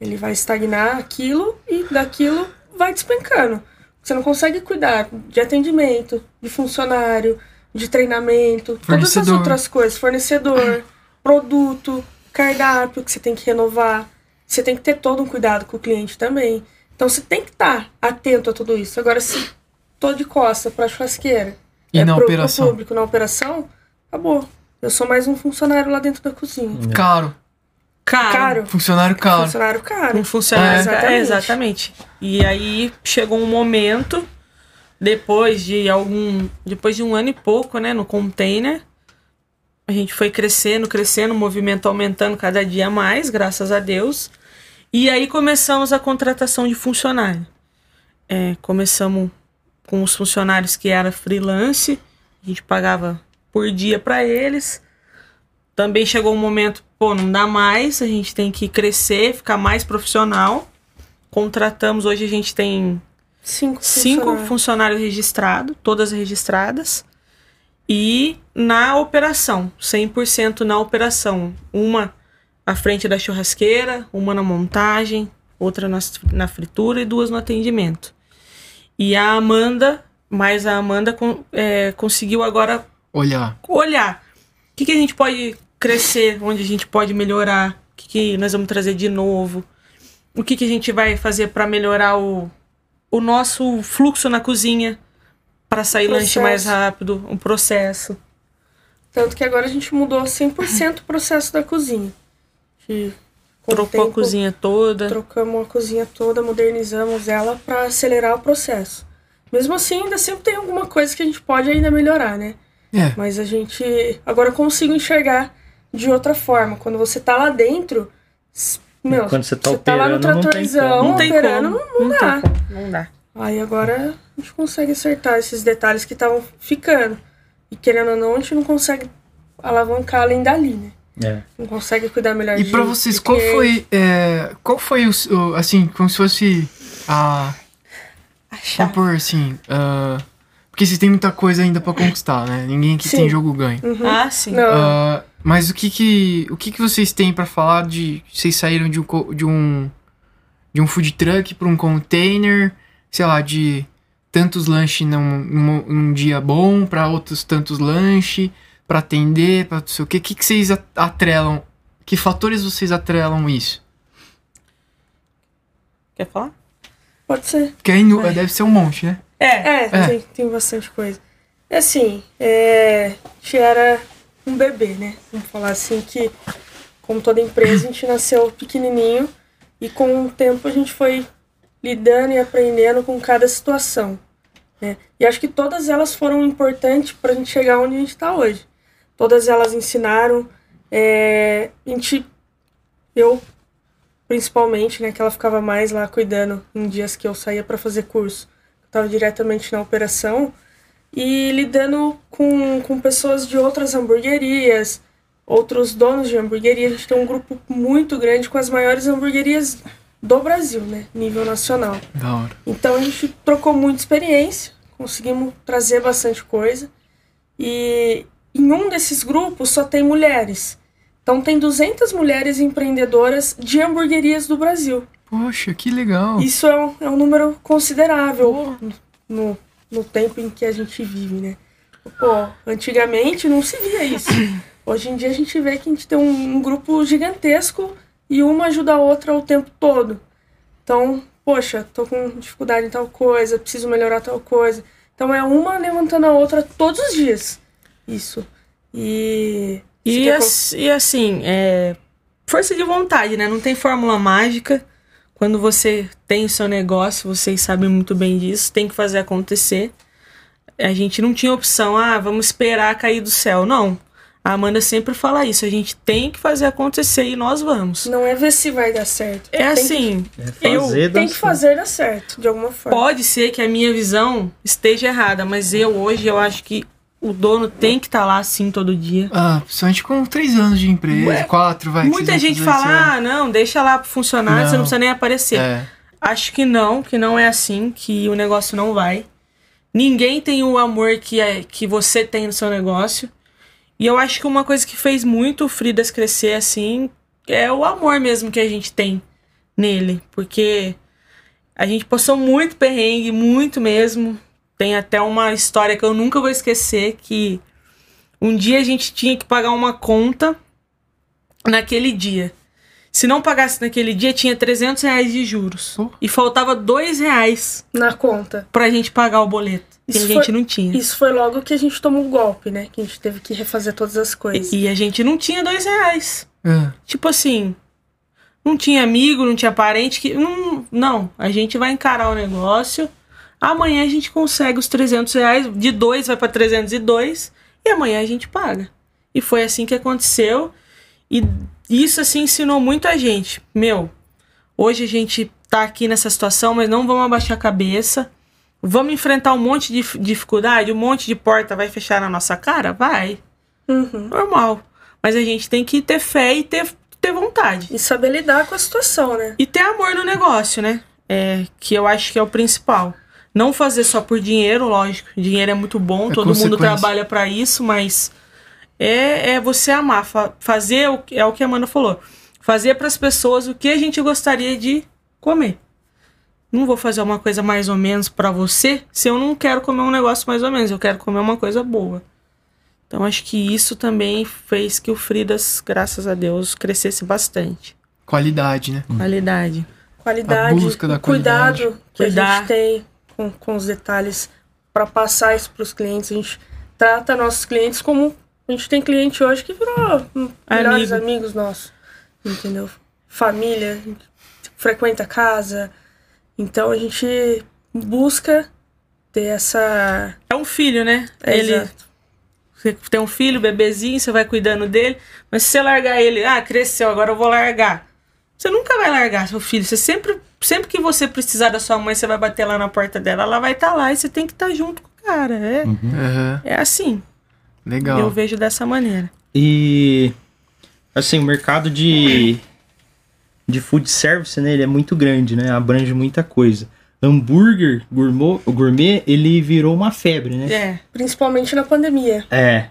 Speaker 4: Ele vai estagnar aquilo e daquilo vai despencando. Você não consegue cuidar de atendimento, de funcionário, de treinamento, todas as
Speaker 1: Fornecedor.
Speaker 4: outras coisas, fornecedor, produto, cardápio que você tem que renovar. Você tem que ter todo um cuidado com o cliente também. Então você tem que estar atento a tudo isso. Agora, se tô de costa pra churrasqueira é
Speaker 1: E na
Speaker 4: pro- pro
Speaker 1: operação?
Speaker 4: público, na operação, acabou. Eu sou mais um funcionário lá dentro da cozinha.
Speaker 1: Caro.
Speaker 2: Caro.
Speaker 4: Caro.
Speaker 1: Funcionário caro.
Speaker 4: Funcionário caro.
Speaker 2: Um funcionário.
Speaker 4: É.
Speaker 2: Exatamente. exatamente. E aí chegou um momento, depois de algum. Depois de um ano e pouco, né? No container. A gente foi crescendo, crescendo, o movimento aumentando cada dia mais, graças a Deus. E aí começamos a contratação de funcionário. É, começamos com os funcionários que era freelance, a gente pagava por dia para eles. Também chegou um momento, pô, não dá mais, a gente tem que crescer, ficar mais profissional. Contratamos, hoje a gente tem
Speaker 4: Cinco,
Speaker 2: cinco
Speaker 4: funcionários.
Speaker 2: funcionários registrados, todas registradas. E na operação, 100% na operação. Uma à frente da churrasqueira, uma na montagem, outra nas- na fritura e duas no atendimento. E a Amanda, mais a Amanda, con- é, eh, conseguiu agora
Speaker 1: Olhar.
Speaker 2: olhar o que, que a gente pode crescer, onde a gente pode melhorar, o que, que nós vamos trazer de novo, o que, que a gente vai fazer para melhorar o, o nosso fluxo na cozinha, para sair lanche
Speaker 4: Processo.
Speaker 2: mais rápido, o processo.
Speaker 4: Tanto que agora a gente mudou 100% o processo da cozinha. Que com o
Speaker 2: Trocou
Speaker 4: tempo,
Speaker 2: a cozinha toda.
Speaker 4: Trocamos a cozinha toda, modernizamos ela para acelerar o processo. Mesmo assim, ainda sempre tem alguma coisa que a gente pode ainda melhorar, né?
Speaker 1: É.
Speaker 4: Mas a gente. Agora eu consigo enxergar de outra forma. Quando você tá lá dentro. s- Meu,
Speaker 3: Quando você tá
Speaker 4: lá
Speaker 3: operando, não
Speaker 4: no
Speaker 3: tem
Speaker 4: tratorzão,
Speaker 3: como.
Speaker 2: Não tem
Speaker 4: operando,
Speaker 2: como.
Speaker 4: não
Speaker 2: Não
Speaker 4: dá.
Speaker 2: tem como, Não dá.
Speaker 4: Aí agora a gente consegue acertar esses detalhes que estavam ficando. E querendo ou não, a gente não consegue alavancar além dali, né?
Speaker 3: É.
Speaker 4: Não consegue cuidar melhor
Speaker 1: E
Speaker 4: de-
Speaker 1: pra vocês,
Speaker 4: de
Speaker 1: qual
Speaker 4: cliente.
Speaker 1: foi. é, qual foi o, s- o- Assim, como se fosse a.
Speaker 2: Achar.
Speaker 1: Vamos
Speaker 2: Tá.
Speaker 1: pôr assim. ah, porque vocês têm muita coisa ainda pra conquistar, né? Ninguém aqui
Speaker 4: Sim.
Speaker 1: tem jogo ganho.
Speaker 2: Ah, sim.
Speaker 4: é. Uhum. Não,
Speaker 1: Ah, mas o que que, o que que vocês têm pra falar de vocês saíram de um co- de um de um food truck pra um container, sei lá, de tantos lanches num, num, num dia bom pra outros tantos lanches pra atender, pra não sei o quê. O que que vocês a- atrelam? Que fatores vocês atrelam isso?
Speaker 2: Quer falar?
Speaker 4: pode ser.
Speaker 1: Porque aí no- deve ser um monte, né?
Speaker 2: É.
Speaker 4: É,
Speaker 1: É.
Speaker 4: Tem, tem bastante coisa. E Assim, é, a gente era um bebê, né? Vamos falar assim que, como toda empresa, a gente nasceu pequenininho e com o tempo a gente foi lidando e aprendendo com cada situação. Né? E acho que todas elas foram importantes para a gente chegar onde a gente está hoje. Todas elas ensinaram. é, a gente, eu principalmente, né, que ela ficava mais lá cuidando em dias que eu saía para fazer curso estava diretamente na operação e lidando com, com pessoas de outras hamburguerias, outros donos de hamburgueria. A gente tem um grupo muito grande com as maiores hamburguerias do Brasil, né? Nível nacional.
Speaker 1: Da hora.
Speaker 4: Então a gente trocou muita experiência, conseguimos trazer bastante coisa. E em um desses grupos só tem mulheres. Então tem 200 mulheres empreendedoras de hamburguerias do Brasil.
Speaker 1: Poxa, que
Speaker 2: Ah.
Speaker 1: legal.
Speaker 4: Isso é um, é um número considerável no, no tempo em que a gente vive, né? Pô, antigamente não se
Speaker 2: [coughs]
Speaker 4: via isso. Hoje em dia a gente vê que a gente tem um, um grupo gigantesco e uma ajuda a outra o tempo todo. Então, poxa, tô com dificuldade em tal coisa, preciso melhorar tal coisa. Então é uma levantando a outra todos os dias. Isso. E. Você
Speaker 2: E,
Speaker 4: quer
Speaker 2: as- e assim, é, força de vontade, né? Não tem fórmula mágica. Quando você tem o seu negócio, vocês sabem muito bem disso, tem que fazer acontecer. A gente não tinha opção, ah, vamos esperar cair do céu. Não. A Amanda sempre fala isso, a gente tem que fazer acontecer e nós vamos.
Speaker 4: Não é ver se vai dar certo.
Speaker 2: É assim,
Speaker 3: É
Speaker 2: Eu
Speaker 3: fazer
Speaker 4: Tem que
Speaker 3: dançar.
Speaker 4: fazer dar certo, de alguma forma.
Speaker 2: pode ser que a minha visão esteja errada, mas eu hoje eu acho que o dono tem que estar lá assim todo dia.
Speaker 1: Ah, principalmente com três anos de empresa, quatro, vai. que
Speaker 2: Muita
Speaker 1: vocês vão
Speaker 2: gente
Speaker 1: fazer esse
Speaker 2: fala, ah, não, deixa lá pro funcionário, você
Speaker 1: Não.
Speaker 2: não precisa nem
Speaker 1: ano."
Speaker 2: aparecer.
Speaker 1: É.
Speaker 2: Acho que não, que não é assim, que o negócio não vai. Ninguém tem o amor que, é, que você tem no seu negócio. E eu acho que uma coisa que fez muito o Fridas crescer assim é o amor mesmo que a gente tem nele. Porque a gente passou muito perrengue, muito mesmo. Tem até uma história que eu nunca vou esquecer que um dia a gente tinha que pagar uma conta naquele dia. Se não pagasse naquele dia, tinha 300 reais de juros.
Speaker 1: Oh.
Speaker 2: E faltava 2 reais
Speaker 4: Na conta.
Speaker 2: pra gente pagar o boleto. E
Speaker 4: Isso
Speaker 2: a gente
Speaker 4: foi-
Speaker 2: não tinha.
Speaker 4: Isso foi logo que a gente tomou o golpe, né? Que a gente teve que refazer todas as coisas.
Speaker 2: E, e a gente não tinha 2 reais.
Speaker 1: Ah,
Speaker 2: Tipo assim, não tinha amigo, não tinha parente que. Não, não, a gente vai encarar o negócio. Amanhã a gente consegue os 300 reais, de 2 vai pra 302 e amanhã a gente paga. E foi assim que aconteceu. E isso assim ensinou muito a gente. Meu, hoje a gente tá aqui nessa situação, mas não vamos abaixar a cabeça. Vamos enfrentar um monte de dif- dificuldade, um monte de porta vai fechar na nossa cara? Vai,
Speaker 4: Uhum.
Speaker 2: normal. Mas a gente tem que ter fé e ter, ter vontade.
Speaker 4: E saber lidar com a situação, né?
Speaker 2: E ter amor no negócio, né? É, que eu acho que é o principal. Não fazer só por dinheiro, lógico. Dinheiro é muito bom,
Speaker 1: É
Speaker 2: todo mundo
Speaker 1: consequência.
Speaker 2: trabalha pra isso, mas é, é você amar, fa- fazer o, que- é o que a Amanda falou. Fazer pras pessoas o que a gente gostaria de comer. Não vou fazer uma coisa mais ou menos pra você se eu não quero comer um negócio mais ou menos, eu quero comer uma coisa boa. Então acho que isso também fez que o Fridas, graças a Deus, crescesse bastante.
Speaker 1: Qualidade, né?
Speaker 2: Qualidade.
Speaker 4: Qualidade,
Speaker 1: A busca da
Speaker 4: o cuidado que a
Speaker 2: Cuidar.
Speaker 4: gente tem com, com os detalhes para passar isso para os clientes. A gente trata nossos clientes como. A gente tem cliente hoje que virou hum, melhores
Speaker 2: Amigo.
Speaker 4: amigos nossos, entendeu? Família, frequenta casa. Então a gente busca ter essa.
Speaker 2: É um filho, né? Ele
Speaker 4: Exato.
Speaker 2: você tem um filho, bebezinho, você vai cuidando dele, mas se você largar ele, ah, cresceu, agora eu vou largar. Você nunca vai largar seu filho. Você sempre, sempre que você precisar da sua mãe, você vai bater lá na porta dela, ela vai estar lá e você tem que estar junto com o cara. É,
Speaker 4: Uhum.
Speaker 1: Aham,
Speaker 2: é assim.
Speaker 1: legal.
Speaker 2: Eu vejo dessa maneira.
Speaker 3: E assim, o mercado de de food service, né, ele é muito grande, né? Abrange muita coisa. Hambúrguer gourmet, gourmet, ele virou uma febre, né?
Speaker 2: É.
Speaker 4: Principalmente na pandemia.
Speaker 3: É.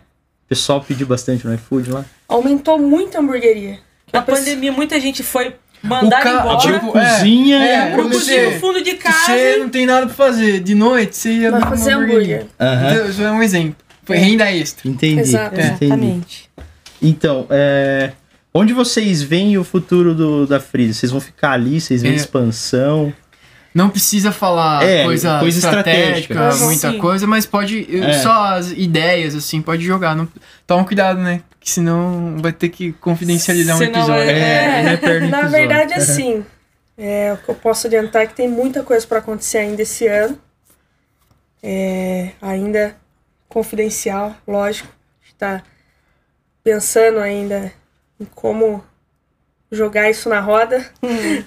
Speaker 3: O pessoal pediu bastante no iFood lá.
Speaker 4: Aumentou muito a hamburgueria.
Speaker 2: Na
Speaker 4: A pessoa-
Speaker 2: pandemia, muita gente foi mandada
Speaker 1: ca-
Speaker 2: embora.
Speaker 1: tipo, é,
Speaker 3: Cozinha
Speaker 1: é,
Speaker 3: é,
Speaker 1: pra
Speaker 2: pro
Speaker 1: você-
Speaker 2: cozinho, fundo de casa.
Speaker 1: Você não tem nada pra fazer. De noite, você ia
Speaker 4: Vai
Speaker 1: numa
Speaker 4: fazer
Speaker 1: hamburgueria.
Speaker 4: hambúrguer.
Speaker 3: Aham.
Speaker 1: Então, Isso é um exemplo. Foi renda extra.
Speaker 3: Entendi.
Speaker 4: Exato.
Speaker 3: entendi.
Speaker 2: Exatamente.
Speaker 3: Então, é, onde vocês veem o futuro do, da Freeza? Vocês vão ficar ali? Vocês veem
Speaker 1: É.
Speaker 3: expansão?
Speaker 1: Não precisa falar
Speaker 3: É,
Speaker 1: coisa,
Speaker 3: coisa
Speaker 1: estratégica,
Speaker 3: estratégica.
Speaker 1: muita
Speaker 2: Sim.
Speaker 1: coisa, mas pode. eu-
Speaker 3: É.
Speaker 1: Só as ideias, assim, pode jogar. Não, toma cuidado, né? Que senão vai ter que confidencializar um
Speaker 2: Senão
Speaker 1: episódio.
Speaker 2: é-
Speaker 3: né, perna
Speaker 4: Na
Speaker 3: episódio.
Speaker 4: verdade, assim, é, o que eu posso adiantar é que tem muita coisa para acontecer ainda esse ano. É, ainda confidencial, lógico. A gente tá pensando ainda em como jogar isso na roda.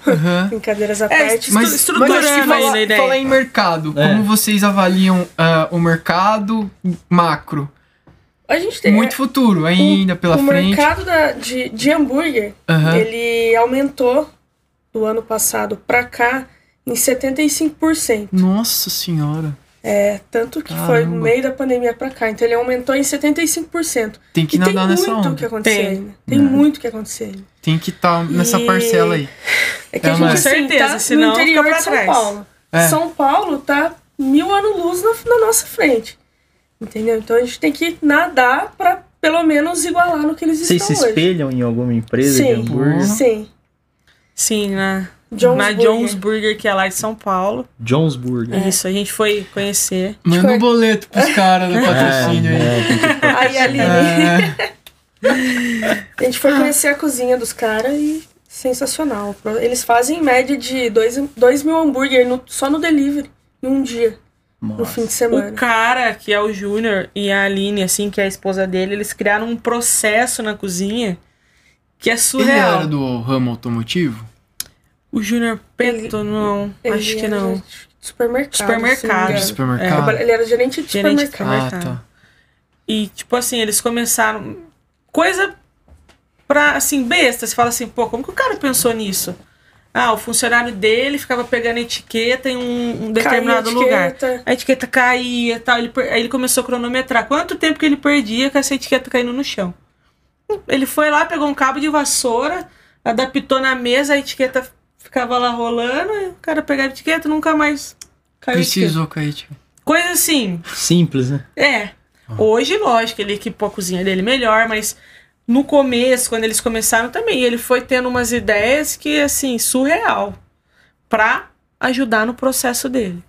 Speaker 1: Aham.
Speaker 4: Brincadeiras à
Speaker 2: É,
Speaker 4: parte.
Speaker 2: mas- estruturando
Speaker 1: acho
Speaker 4: tipo
Speaker 1: que falar,
Speaker 2: ainda a ideia.
Speaker 1: falar em mercado,
Speaker 3: É.
Speaker 1: como vocês avaliam ah, o mercado macro?
Speaker 4: A gente tem.
Speaker 1: Muito futuro ainda pela
Speaker 4: É. o
Speaker 1: frente.
Speaker 4: mercado da- de, de hambúrguer,
Speaker 1: Aham.
Speaker 4: ele aumentou do ano passado para cá em 75%.
Speaker 1: Nossa senhora.
Speaker 4: É, tanto que foi no
Speaker 1: Caramba.
Speaker 4: meio da pandemia pra cá. Então ele aumentou em 75%.
Speaker 1: Tem que
Speaker 4: e tem
Speaker 1: nadar nessa
Speaker 4: muito o
Speaker 1: onda. É.
Speaker 4: que acontecer
Speaker 2: Tem.
Speaker 4: ainda. Tem muito o que acontecer ainda.
Speaker 1: Tem que estar nessa
Speaker 4: E-
Speaker 1: parcela aí.
Speaker 4: É que
Speaker 1: É,
Speaker 4: a gente
Speaker 1: mas-
Speaker 4: assim,
Speaker 2: Certeza,
Speaker 4: tá
Speaker 2: senão
Speaker 4: no interior
Speaker 2: fica pra
Speaker 4: de São
Speaker 2: trás.
Speaker 4: Paulo.
Speaker 1: É.
Speaker 4: São Paulo tá mil anos-luz na, na nossa frente. Entendeu? Então a gente tem que nadar pra pelo menos igualar no que eles
Speaker 3: Vocês se
Speaker 4: estão hoje.
Speaker 3: espelham em alguma empresa de
Speaker 4: Sim.
Speaker 1: né?
Speaker 3: hambúrguer?
Speaker 4: Sim.
Speaker 2: Sim, na,
Speaker 4: Jones
Speaker 2: na
Speaker 4: Burger. É.
Speaker 2: Jones Burger, que é lá de São Paulo.
Speaker 3: Johnsburger.
Speaker 2: Isso, a gente foi conhecer.
Speaker 1: Manda um
Speaker 4: Discord.
Speaker 1: boleto pros caras
Speaker 4: [laughs]
Speaker 1: do É. patrocínio aí.
Speaker 3: é, tem que-
Speaker 4: Aí ali [laughs]
Speaker 1: É,
Speaker 4: a gente
Speaker 2: Ah.
Speaker 4: foi conhecer a cozinha dos caras e sensacional. Eles fazem em média de 2 mil hambúrguer no- só no delivery em um dia, no
Speaker 3: Nossa.
Speaker 4: fim de semana.
Speaker 2: O cara, que é o Júnior, e a Aline, assim, que é a esposa dele, eles criaram um processo na cozinha que é
Speaker 1: Ele
Speaker 2: surreal.
Speaker 1: era do ramo automotivo?
Speaker 2: O Júnior Peto, não.
Speaker 4: Ele
Speaker 2: acho que
Speaker 4: era
Speaker 2: não.
Speaker 4: de Supermercado.
Speaker 2: Supermercado.
Speaker 4: se
Speaker 1: De
Speaker 4: não me engano.
Speaker 1: supermercado?
Speaker 4: Trabalha- É. Ele era gerente de
Speaker 2: Gerente de
Speaker 4: supermercado.
Speaker 1: Ah,
Speaker 2: supermercado.
Speaker 1: tá.
Speaker 2: E, tipo assim, eles começaram. Coisa pra, assim, besta. Você fala assim, pô, como que o cara pensou nisso? Ah, o funcionário dele ficava pegando etiqueta em um, um determinado
Speaker 4: Caía
Speaker 2: lugar.
Speaker 4: etiqueta.
Speaker 2: A etiqueta caía e tal. Ele, per- aí ele começou a cronometrar quanto tempo que ele perdia com essa etiqueta caindo no chão. Ele foi lá, pegou um cabo de vassoura, adaptou na mesa, a etiqueta ficava lá rolando, e o cara pegava a etiqueta e nunca mais caiu. a etiqueta.
Speaker 1: Precisou, Kate.
Speaker 2: Coisa assim,
Speaker 3: Simples, né?
Speaker 2: é. Hoje, lógico, ele equipou a cozinha dele melhor, mas no começo, quando eles começaram também, ele foi tendo umas ideias que, assim, surreal. Pra ajudar no processo dele.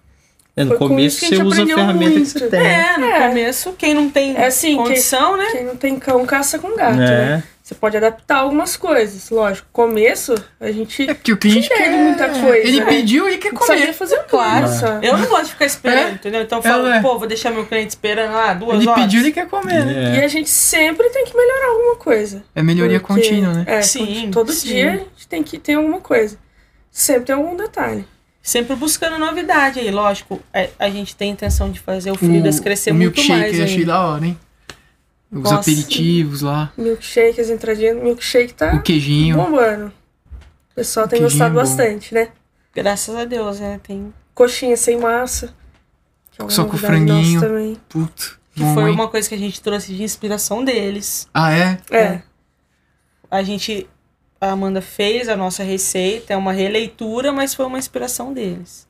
Speaker 3: É, no
Speaker 4: Foi com
Speaker 3: começo
Speaker 4: isso que a
Speaker 3: você
Speaker 4: gente
Speaker 3: usa a
Speaker 4: aprendeu
Speaker 3: ferramenta que
Speaker 4: muito.
Speaker 3: você tem.
Speaker 2: É, no
Speaker 4: É.
Speaker 2: começo, quem não tem
Speaker 4: É assim, quem-
Speaker 2: condição, né?
Speaker 4: Quem não tem cão, caça com gato. né?
Speaker 3: É.
Speaker 4: Você pode adaptar algumas coisas, lógico. Começo, a gente
Speaker 1: É porque o cliente
Speaker 4: perde
Speaker 1: quer...
Speaker 4: muita coisa.
Speaker 1: Ele
Speaker 4: né?
Speaker 1: pediu e quer
Speaker 4: Sabia
Speaker 1: comer.
Speaker 4: fazer
Speaker 2: Claro. É.
Speaker 4: claro. Só.
Speaker 2: Eu não gosto de ficar esperando, entendeu? Então eu falo,
Speaker 1: É, ué.
Speaker 2: pô, vou deixar meu cliente esperando lá duas
Speaker 1: Ele
Speaker 2: horas.
Speaker 1: pediu, ele quer comer,
Speaker 3: É.
Speaker 1: né?
Speaker 4: E a gente sempre tem que melhorar alguma coisa.
Speaker 1: É melhoria
Speaker 4: Porque-
Speaker 1: contínua, né?
Speaker 4: É,
Speaker 2: Sim,
Speaker 4: todo
Speaker 2: sim.
Speaker 4: dia a gente tem que ter alguma coisa. Sempre tem algum detalhe.
Speaker 2: Sempre buscando novidade aí, lógico. é, a gente tem a intenção de fazer o Fridas crescer
Speaker 1: o
Speaker 2: muito
Speaker 1: milkshake
Speaker 2: mais.
Speaker 1: eu achei
Speaker 2: ainda.
Speaker 1: da hora, hein? Os
Speaker 2: Nossa.
Speaker 1: aperitivos lá,
Speaker 4: Milkshake, as entradinhas.
Speaker 1: o
Speaker 4: Milkshake tá
Speaker 1: queijinho.
Speaker 4: bombando. O pessoal tem
Speaker 1: Queijinho é
Speaker 4: gostado
Speaker 1: bom.
Speaker 4: bastante, né?
Speaker 2: Graças a Deus, né? Tem
Speaker 4: coxinha sem massa. Que é uma
Speaker 1: Só com
Speaker 4: novidade nossa
Speaker 1: franguinho.
Speaker 4: Também.
Speaker 1: Puto,
Speaker 2: Que
Speaker 1: bom,
Speaker 2: foi
Speaker 1: hein?
Speaker 2: uma coisa que a gente trouxe de inspiração deles. né?
Speaker 1: Ah, é?
Speaker 4: É.
Speaker 2: A gente. A Amanda fez a nossa receita, é uma releitura, mas foi uma inspiração deles.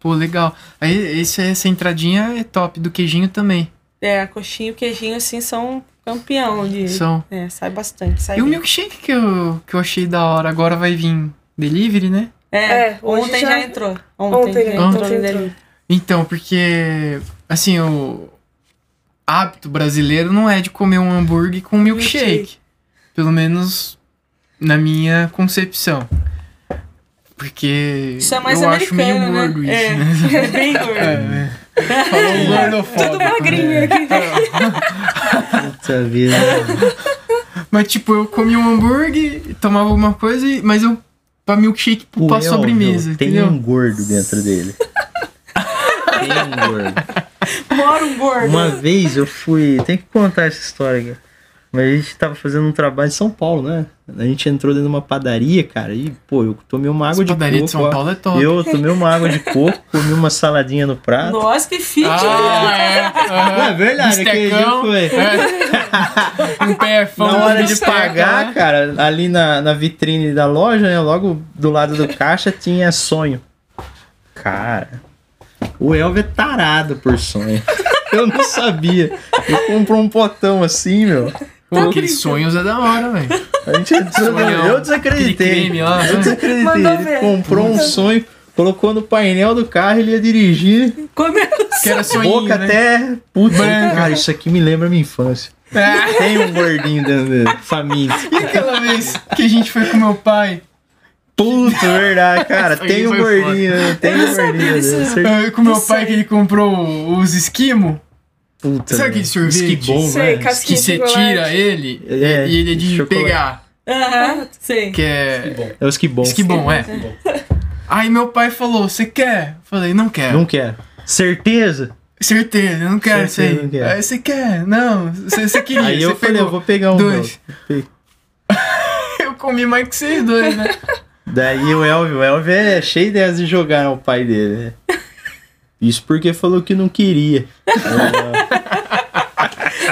Speaker 1: Pô, legal. Aí, esse, essa entradinha é top, do queijinho também.
Speaker 2: É, a coxinha e o queijinho, assim, são campeão de.
Speaker 1: São.
Speaker 2: É, sai bastante. Sai
Speaker 1: E o
Speaker 2: bem.
Speaker 1: milkshake que eu, que eu achei da hora, agora vai vir delivery, né?
Speaker 2: É,
Speaker 4: É, hoje
Speaker 2: ontem já...
Speaker 4: já-
Speaker 2: entrou. Ontem, já
Speaker 4: Ontem
Speaker 1: já
Speaker 2: entrou.
Speaker 4: entrou.
Speaker 2: delivery.
Speaker 1: Então, porque, assim, o hábito brasileiro não é de comer um hambúrguer com milkshake.
Speaker 2: Milkshake.
Speaker 1: Pelo menos na minha concepção. Porque
Speaker 2: Isso é mais
Speaker 1: eu acho meio
Speaker 2: americano, né?
Speaker 1: gordo
Speaker 2: É.
Speaker 1: isso,
Speaker 2: [laughs]
Speaker 1: né?
Speaker 2: É bem gordo.
Speaker 1: Falou um
Speaker 4: Tudo
Speaker 1: gordofóbico, né?
Speaker 4: magrinho aqui.
Speaker 3: Puta vida.
Speaker 1: Mas, tipo, eu comi um hambúrguer, tomava alguma coisa, e- mas eu... Pra milkshake,
Speaker 3: O
Speaker 1: pra
Speaker 3: Elvio
Speaker 1: sobremesa,
Speaker 3: Tem
Speaker 1: entendeu?
Speaker 3: um gordo dentro dele. tem um
Speaker 4: [laughs]
Speaker 3: gordo.
Speaker 2: Mora um gordo.
Speaker 3: Uma vez eu fui. Tem que contar essa história, cara. Mas a gente tava fazendo um trabalho em São Paulo, né? A gente entrou dentro de uma padaria, cara, e, pô, eu tomei uma água
Speaker 1: Essa
Speaker 3: de
Speaker 1: padaria
Speaker 3: coco.
Speaker 1: de São
Speaker 3: ó.
Speaker 1: Paulo é top.
Speaker 2: [laughs]
Speaker 3: Eu tomei uma água de coco, [laughs] comi uma saladinha no prato.
Speaker 2: Nossa, que fit.
Speaker 1: Ah, é.
Speaker 3: Não,
Speaker 1: aham.
Speaker 3: é verdade, aquele dia
Speaker 1: Bistecão.
Speaker 3: foi.
Speaker 1: É. um pé é fã
Speaker 3: Na hora de pagar, cara, ali na, na vitrine da loja, né, logo do lado do caixa, tinha sonho. Cara, o Elvio é tarado por sonho. [laughs] Eu não sabia. Eu comprou um potão assim, meu.
Speaker 1: Pô,
Speaker 2: Tá
Speaker 1: aqueles sonhos é da hora, velho.
Speaker 3: A gente
Speaker 1: Sonhão.
Speaker 3: eu
Speaker 1: Aquele
Speaker 3: desacreditei.
Speaker 1: creme lá,
Speaker 3: Eu
Speaker 1: né?
Speaker 3: desacreditei.
Speaker 4: Mandou
Speaker 3: Ele
Speaker 4: ver. Uhum.
Speaker 3: comprou um sonho, colocou no painel do carro, ele ia dirigir,
Speaker 2: Comendo
Speaker 1: Que era sonhinho,
Speaker 3: boca
Speaker 1: né?
Speaker 3: até puta.
Speaker 1: Branca.
Speaker 3: Cara, isso aqui me lembra minha infância.
Speaker 1: É.
Speaker 3: Tem um gordinho dentro dele, faminto.
Speaker 1: E aquela vez que a gente foi com meu pai,
Speaker 3: Puta, é verdade, cara.
Speaker 1: Isso aí
Speaker 3: tem um
Speaker 1: foi
Speaker 3: gordinho, né? tem um gordinho. né? Cer-
Speaker 1: eh, com meu pai que ele comprou os esquimo,
Speaker 3: Puta,
Speaker 1: Sabe
Speaker 3: né?
Speaker 1: aquele sorvete?
Speaker 3: Esquibom,
Speaker 4: Sei,
Speaker 3: né?
Speaker 1: que
Speaker 4: casquinha de
Speaker 1: você
Speaker 4: chocolate.
Speaker 1: tira ele
Speaker 3: É,
Speaker 1: e ele é de
Speaker 3: chocolate.
Speaker 1: pegar,
Speaker 2: Aham, sim.
Speaker 1: que é
Speaker 3: É o esquibom.
Speaker 1: esquibom, é. Aí meu pai falou, você quer? Eu Falei, não quero.
Speaker 3: Não quero. Certeza?
Speaker 1: Certeza, eu não quero isso
Speaker 3: Certeza,
Speaker 1: aí.
Speaker 3: não quero.
Speaker 1: Aí você quer? Não, você você queria,
Speaker 3: Aí
Speaker 1: você
Speaker 3: eu falei,
Speaker 1: pegou.
Speaker 3: eu vou pegar um.
Speaker 1: Dois.
Speaker 3: meu.
Speaker 1: [laughs] Eu comi mais que vocês dois, né?
Speaker 3: [laughs] Daí o Elvio, o Elvio é cheio dessas de jogar o pai dele, né? Isso porque falou que
Speaker 1: [laughs]
Speaker 3: não queria.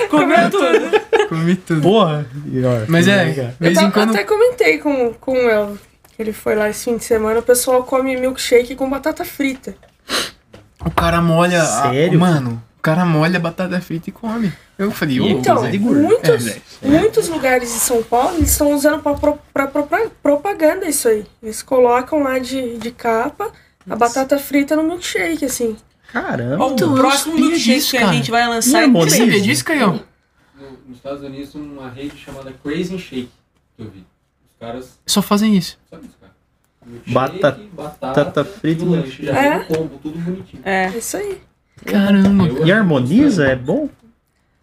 Speaker 2: Comeu tudo.
Speaker 1: Comi tudo.
Speaker 3: Porra. e olha,
Speaker 1: Mas é, de
Speaker 3: cara.
Speaker 4: Eu
Speaker 1: vez em
Speaker 4: tava-
Speaker 1: quando.
Speaker 4: até comentei com, com o Elvio, que ele foi lá esse fim de semana, o pessoal come milkshake com batata frita.
Speaker 1: O cara molha. a-
Speaker 3: Sério?
Speaker 1: mano, o cara molha a batata frita e come. Eu falei, ô,
Speaker 4: Então,
Speaker 1: Zé.
Speaker 3: gordo.
Speaker 4: muitos,
Speaker 1: É, velho.
Speaker 4: muitos lugares de São Paulo eles estão usando pra, pro- pra propra- propaganda isso aí. Eles colocam lá de, de capa a batata frita no milkshake, assim.
Speaker 3: Caramba.
Speaker 2: Ó,
Speaker 1: Então,
Speaker 2: o próximo
Speaker 1: eu não sabia
Speaker 2: milkshake
Speaker 1: disso,
Speaker 2: que a
Speaker 1: cara.
Speaker 2: gente vai lançar
Speaker 3: Não é
Speaker 2: é
Speaker 1: Você
Speaker 3: modelo?
Speaker 2: três.
Speaker 1: sabia disso, Caião?
Speaker 5: No, nos Estados Unidos, uma rede chamada Crazy Shake, que eu vi. Os caras,
Speaker 1: Só fazem isso.
Speaker 5: sabe os caras?
Speaker 3: Batata- batata frita,
Speaker 5: e o lanche. Já
Speaker 4: É?
Speaker 5: é? um combo, tudo bonitinho.
Speaker 2: É.
Speaker 4: É isso aí.
Speaker 1: Caramba.
Speaker 5: Eu assim,
Speaker 3: E
Speaker 5: achei
Speaker 3: harmoniza?
Speaker 5: estranho.
Speaker 3: É bom?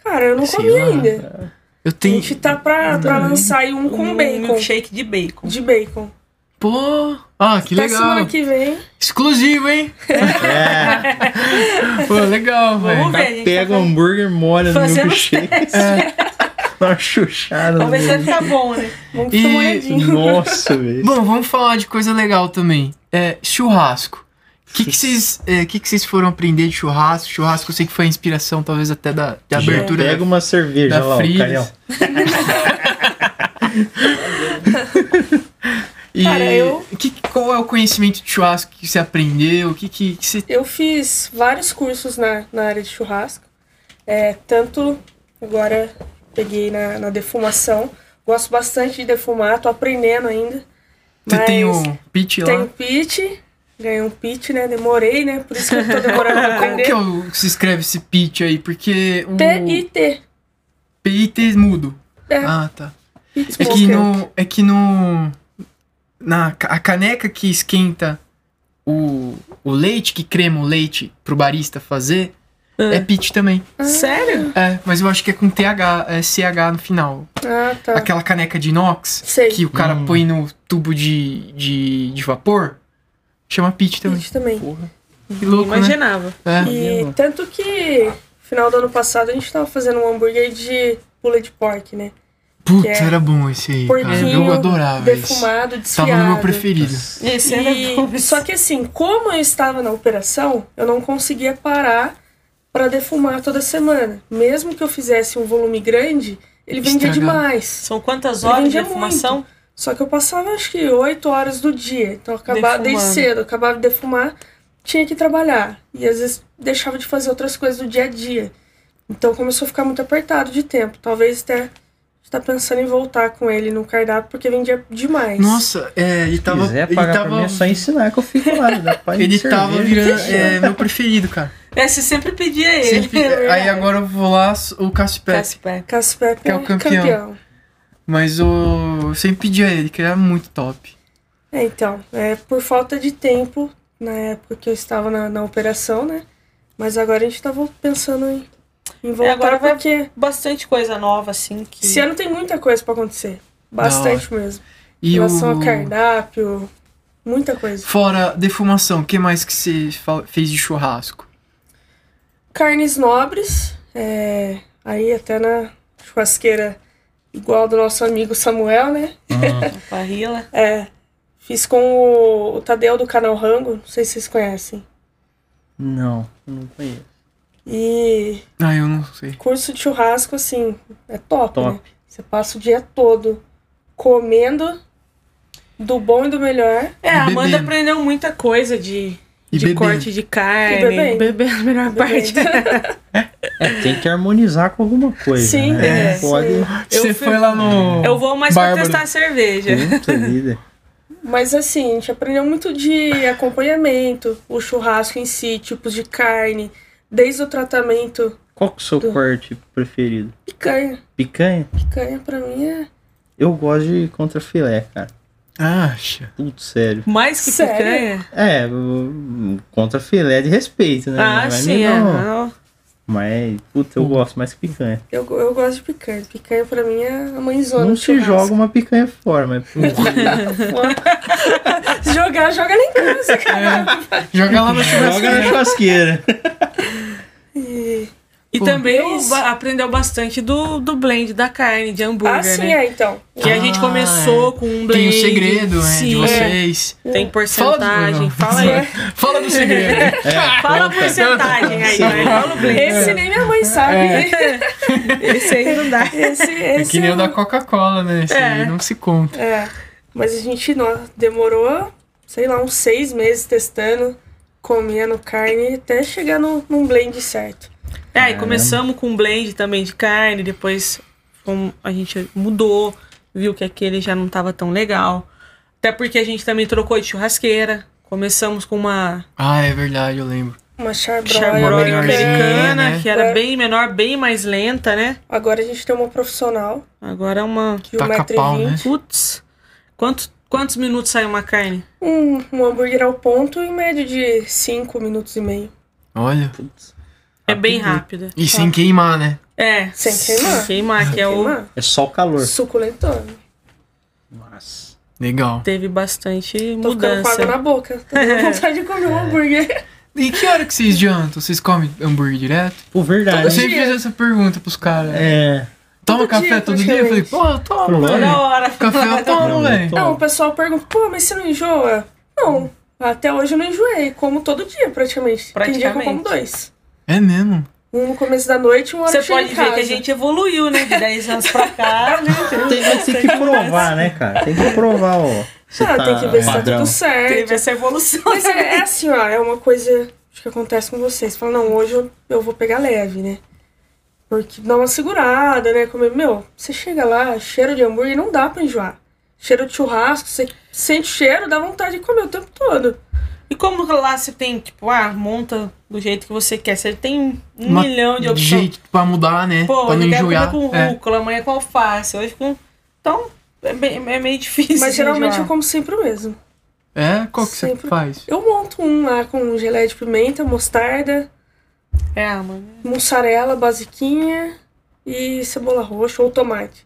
Speaker 4: Cara, eu não
Speaker 1: Sei
Speaker 4: comi
Speaker 1: lá. é
Speaker 4: ainda.
Speaker 1: Eu
Speaker 4: A
Speaker 1: tenho.
Speaker 4: gente tá pra, pra lançar aí um com bacon.
Speaker 2: milkshake de bacon.
Speaker 4: De bacon.
Speaker 1: Pô. Ah, que
Speaker 4: Até
Speaker 1: legal.
Speaker 4: semana que vem.
Speaker 1: Exclusivo, hein?
Speaker 3: É.
Speaker 1: [laughs] Pô, legal, velho.
Speaker 2: Vamos ver, a gente
Speaker 3: Pega o
Speaker 2: tá
Speaker 3: hambúrguer, molha no
Speaker 2: fazendo
Speaker 3: milkshake. É. [laughs] Dá uma chuchada no
Speaker 2: Vamos ver se vai
Speaker 3: milkshake.
Speaker 2: ficar bom, né?
Speaker 4: Vamos
Speaker 1: E-
Speaker 4: tomar moedinho.
Speaker 3: Nossa, velho.
Speaker 1: Bom, vamos falar de coisa legal também. É, churrasco. O que que vocês é, que que vocês foram aprender de churrasco? Churrasco eu sei que foi a inspiração, talvez, até da, da
Speaker 3: Já
Speaker 1: abertura
Speaker 3: Pega um
Speaker 1: da,
Speaker 3: uma cerveja
Speaker 1: da
Speaker 3: lá, o
Speaker 1: Fridas.
Speaker 3: Carião.
Speaker 1: [laughs] E
Speaker 4: Cara, eu-
Speaker 1: que, qual é o conhecimento de churrasco que você aprendeu? O que, que, que você.
Speaker 4: Eu fiz vários cursos na, na área de churrasco. É, tanto agora peguei na, na defumação. Gosto bastante de defumar, tô aprendendo ainda.
Speaker 1: Você tem um
Speaker 4: Mas
Speaker 1: o pitch lá?
Speaker 4: Tenho um pitch, ganhei um pitch, né? Demorei, né? Por isso que eu tô
Speaker 1: [laughs]
Speaker 4: demorando pra
Speaker 1: Como que
Speaker 4: aprender.
Speaker 1: é o- se escreve esse pitch aí? Porque o
Speaker 4: P-I-T.
Speaker 1: PIT mudo.
Speaker 4: É.
Speaker 1: Ah, tá.
Speaker 4: Pit
Speaker 1: É que
Speaker 4: smoker.
Speaker 1: no. É que no. Na, ca- a caneca que esquenta o, o leite, que crema o leite pro barista fazer, é, pitch também.
Speaker 4: Ah.
Speaker 2: Sério?
Speaker 1: É, mas eu acho que é com TH, é CH no final.
Speaker 4: Ah, tá.
Speaker 1: Aquela caneca de inox
Speaker 4: Sei.
Speaker 1: que o cara
Speaker 3: Hum.
Speaker 1: põe no tubo de, de, de vapor, chama pitch também.
Speaker 4: Pitch também.
Speaker 1: Que louco, um né?
Speaker 2: Imaginava.
Speaker 1: É.
Speaker 4: E tanto que final do ano passado a gente tava fazendo um hambúrguer de pula de pork, né?
Speaker 1: Putz,
Speaker 4: Que é
Speaker 1: era bom esse aí, cara.
Speaker 4: porquinho
Speaker 1: Eu adorava isso.
Speaker 4: Defumado, desfiado.
Speaker 1: Ah, Tava no meu preferido.
Speaker 2: Esse era bom.
Speaker 4: E, só que assim, como eu estava na operação, eu não conseguia parar pra defumar toda semana. Mesmo que eu fizesse um volume grande, ele vendia
Speaker 1: Estragava.
Speaker 4: demais.
Speaker 2: São quantas
Speaker 4: Ele
Speaker 2: horas de
Speaker 4: vendia
Speaker 2: defumação?
Speaker 4: Só que eu passava acho que 8 horas do dia. Então eu acabava desde
Speaker 2: Defumando.
Speaker 4: cedo, eu acabava de defumar, tinha que trabalhar. E às vezes deixava de fazer outras coisas do dia a dia. Então começou a ficar muito apertado de tempo. Talvez até a gente tá pensando em voltar com ele no cardápio, porque vendia demais.
Speaker 1: Nossa, é, ele
Speaker 3: Se
Speaker 1: tava.
Speaker 3: quiser
Speaker 1: ele
Speaker 3: pagar pra mim, é
Speaker 1: tava,
Speaker 3: só ensinar que eu fico lá. Né? Pai de
Speaker 1: ele tava
Speaker 3: cerveja.
Speaker 1: virando. É meu preferido,
Speaker 2: [laughs]
Speaker 1: cara.
Speaker 2: É, você sempre pedia ele.
Speaker 1: Sempre-
Speaker 2: é verdade.
Speaker 1: aí agora eu vou lá o Caspec.
Speaker 2: Casper.
Speaker 4: Casper
Speaker 1: Que é o campeão. Mas o. Eu sempre pedia ele, que ele era muito top.
Speaker 4: É, então, é, por falta de tempo, na época que eu estava na, na operação, né? Mas agora a gente tava pensando em, em
Speaker 1: É,
Speaker 4: voltar,
Speaker 2: agora vai-
Speaker 4: porque
Speaker 2: Bastante coisa nova, assim. Que...
Speaker 4: esse ano tem muita coisa pra acontecer. Bastante mesmo. Em
Speaker 1: E
Speaker 4: relação
Speaker 1: o.
Speaker 4: a cardápio, muita coisa.
Speaker 1: Fora defumação, o que mais que você fa- fez de churrasco?
Speaker 4: Carnes nobres, é, aí até na churrasqueira igual do nosso amigo Samuel, né?
Speaker 3: Ah,
Speaker 2: Parrila.
Speaker 4: É. Fiz com o, o Tadeu do canal Rango, não sei se vocês conhecem.
Speaker 3: não, não conheço.
Speaker 4: E
Speaker 1: Ah, eu não sei.
Speaker 4: curso de churrasco, assim, é top,
Speaker 3: Top.
Speaker 4: né? Você passa o dia todo comendo do bom e do melhor.
Speaker 2: É, a Amanda
Speaker 1: Bebendo.
Speaker 2: aprendeu muita coisa de,
Speaker 1: E
Speaker 2: de
Speaker 1: bebendo.
Speaker 2: corte de carne.
Speaker 4: E bebendo.
Speaker 2: a melhor parte.
Speaker 1: [laughs]
Speaker 3: É, tem que harmonizar com alguma coisa.
Speaker 4: Sim,
Speaker 3: né?
Speaker 4: é,
Speaker 3: Não pode.
Speaker 4: sim.
Speaker 2: Eu
Speaker 1: Você
Speaker 2: fui- É.
Speaker 1: foi lá no.
Speaker 2: Eu vou mais pra
Speaker 1: Bárbaro.
Speaker 2: testar a cerveja.
Speaker 3: Puta vida.
Speaker 4: Mas assim, a gente aprendeu muito de acompanhamento, o churrasco em si, tipos de carne, desde o tratamento.
Speaker 3: Qual que é o seu
Speaker 4: Do-
Speaker 3: corte preferido?
Speaker 4: Picanha.
Speaker 3: Picanha?
Speaker 4: Picanha pra mim é.
Speaker 3: Eu gosto de contrafilé, cara.
Speaker 1: Acha.
Speaker 3: Tudo sério.
Speaker 2: Mais que
Speaker 4: Sério?
Speaker 2: picanha.
Speaker 3: É, o- contrafilé é de respeito, né?
Speaker 2: Ah,
Speaker 3: Não vai
Speaker 2: sim.
Speaker 3: me
Speaker 2: É,
Speaker 3: não.
Speaker 2: não.
Speaker 3: Mas, puta, eu gosto mais que picanha.
Speaker 4: Eu, go- eu gosto de picanha. Picanha pra mim é a mãezona.
Speaker 3: não
Speaker 4: do
Speaker 3: se
Speaker 4: churrasco.
Speaker 3: joga uma picanha fora, mas
Speaker 4: Se [laughs] jogar, joga lá em casa, cara.
Speaker 1: Joga né? lá na
Speaker 3: joga na
Speaker 1: churrasqueira.
Speaker 3: churrasqueira.
Speaker 4: E-
Speaker 2: E
Speaker 1: Pô.
Speaker 2: também
Speaker 4: Deus.
Speaker 2: ba- aprendeu bastante do, do blend da carne, de hambúrguer,
Speaker 4: Ah, sim,
Speaker 2: né?
Speaker 4: é, então.
Speaker 2: Que a gente
Speaker 1: Ah,
Speaker 2: começou com um blend.
Speaker 1: Tem o segredo, né,
Speaker 2: sim, é.
Speaker 1: de vocês.
Speaker 2: Tem porcentagem.
Speaker 1: Fala do-
Speaker 2: Fala aí.
Speaker 1: Fala do segredo.
Speaker 3: É,
Speaker 2: Fala a
Speaker 3: conta.
Speaker 2: porcentagem aí, né? Fala o blend.
Speaker 1: É.
Speaker 4: Esse nem minha mãe sabe. [laughs]
Speaker 2: Esse aí não dá.
Speaker 4: Esse,
Speaker 1: É
Speaker 4: esse
Speaker 1: que nem
Speaker 4: eu-
Speaker 1: o da Coca-Cola, né? Isso
Speaker 2: É.
Speaker 1: aí não se conta.
Speaker 4: É. Mas a gente nó, demorou, sei lá, uns seis meses testando, comendo carne, até chegar no, num blend certo.
Speaker 2: É, e
Speaker 3: Caramba.
Speaker 2: começamos com um blend também de carne, depois como a gente mudou, viu que aquele já não tava tão legal. Até porque a gente também trocou de churrasqueira. Começamos com uma
Speaker 1: Ah, é verdade, eu lembro.
Speaker 4: Uma
Speaker 2: charbroil
Speaker 1: menorzinha,
Speaker 4: charbroil
Speaker 2: americana,
Speaker 1: né?
Speaker 2: que era
Speaker 4: É.
Speaker 2: bem menor, bem mais lenta, né?
Speaker 4: Agora a gente tem uma profissional
Speaker 2: Agora é uma.
Speaker 4: de
Speaker 1: Taca pau,
Speaker 4: 1,20m.
Speaker 1: né?
Speaker 2: Putz, quantos, quantos minutos sai uma carne?
Speaker 4: Um, um hambúrguer ao ponto em média de cinco minutos e meio.
Speaker 1: Olha.
Speaker 2: É bem rápida.
Speaker 1: E sem queimar, né?
Speaker 2: É.
Speaker 4: Sem queimar.
Speaker 2: Sem queimar, que é o.
Speaker 4: Queimar.
Speaker 3: É só o calor.
Speaker 4: Suculentando.
Speaker 3: Nossa.
Speaker 1: Legal.
Speaker 2: Teve bastante
Speaker 4: Tô ficando com água
Speaker 2: mudança.
Speaker 4: na boca.
Speaker 2: [laughs]
Speaker 4: Tô com vontade de comer um hambúrguer.
Speaker 1: E que hora que vocês jantam? Vocês comem hambúrguer direto?
Speaker 3: Pô,
Speaker 2: É.
Speaker 1: Eu
Speaker 3: verdade.
Speaker 1: sempre
Speaker 4: dia.
Speaker 1: fiz essa pergunta pros caras.
Speaker 3: É.
Speaker 1: Toma
Speaker 4: Todo
Speaker 1: café
Speaker 4: dia,
Speaker 1: todo dia? Eu falei, pô, eu tomo,
Speaker 3: Lógico.
Speaker 1: velho.
Speaker 2: Toda hora. [laughs]
Speaker 1: Café eu tomo,
Speaker 3: Não, eu
Speaker 1: velho.
Speaker 3: tomo.
Speaker 4: Não, o pessoal pergunta, pô, mas você não enjoa? Não, até hoje eu não enjoei. Como todo dia, praticamente. Tem dia que eu como
Speaker 2: Praticamente.
Speaker 4: dois.
Speaker 1: É mesmo?
Speaker 4: Um no começo da noite e um hora
Speaker 2: Você
Speaker 4: que eu chego
Speaker 2: pode
Speaker 4: em
Speaker 2: ver que a
Speaker 4: casa.
Speaker 2: gente evoluiu, né? De 10 anos pra cá,
Speaker 4: [laughs]
Speaker 2: né?
Speaker 3: Tem, mas tem que provar, né, cara? Tem que provar, ó. Você
Speaker 4: Ah,
Speaker 3: tá
Speaker 4: tem que ver se tá
Speaker 3: padrão.
Speaker 4: tudo certo.
Speaker 2: Teve essa evolução.
Speaker 4: Mas é, é assim, ó, é uma coisa acho que acontece com vocês. Você Fala, não, hoje eu, eu vou pegar leve, né? Porque dá uma segurada, né? Comer, meu, você chega lá, cheiro de hambúrguer não dá pra enjoar. Cheiro de churrasco, você sente o cheiro, dá vontade de comer o tempo todo.
Speaker 2: E como lá você tem, tipo, ah, monta do jeito que você quer. Você tem um
Speaker 1: Uma-
Speaker 2: milhão de
Speaker 1: De
Speaker 2: opções.
Speaker 1: jeito pra mudar, né?
Speaker 2: Pô,
Speaker 1: pra não
Speaker 2: hoje eu quero
Speaker 1: enjoar.
Speaker 2: comer com
Speaker 1: É.
Speaker 2: rúcula, amanhã com alface, hoje com... Então, é, bem- é meio difícil
Speaker 4: Mas
Speaker 2: de
Speaker 4: geralmente eu
Speaker 2: enjoar.
Speaker 4: como sempre o mesmo.
Speaker 1: É? Qual que você
Speaker 4: Sempre.
Speaker 1: faz?
Speaker 4: Eu monto um lá com geleia de pimenta, mostarda,
Speaker 2: É, mano.
Speaker 4: mussarela basiquinha e cebola roxa ou tomate.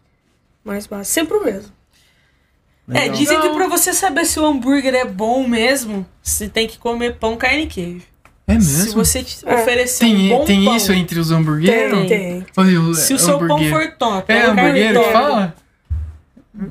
Speaker 4: Mais básico. Sempre o mesmo.
Speaker 2: É,
Speaker 3: Legal.
Speaker 2: dizem que
Speaker 4: Não.
Speaker 2: pra você saber se o hambúrguer é bom mesmo, você tem que comer pão, carne e queijo.
Speaker 1: É
Speaker 2: Se
Speaker 1: mesmo?
Speaker 2: você te
Speaker 4: É.
Speaker 2: oferecer um
Speaker 1: Tem,
Speaker 2: bom
Speaker 1: tem
Speaker 2: pão...
Speaker 1: isso entre os
Speaker 2: Tem.
Speaker 1: hambúrgueros?
Speaker 4: Tem.
Speaker 2: Se o seu pão for top,
Speaker 1: É
Speaker 2: uma carne
Speaker 1: hambúrguer que
Speaker 2: top.
Speaker 1: fala?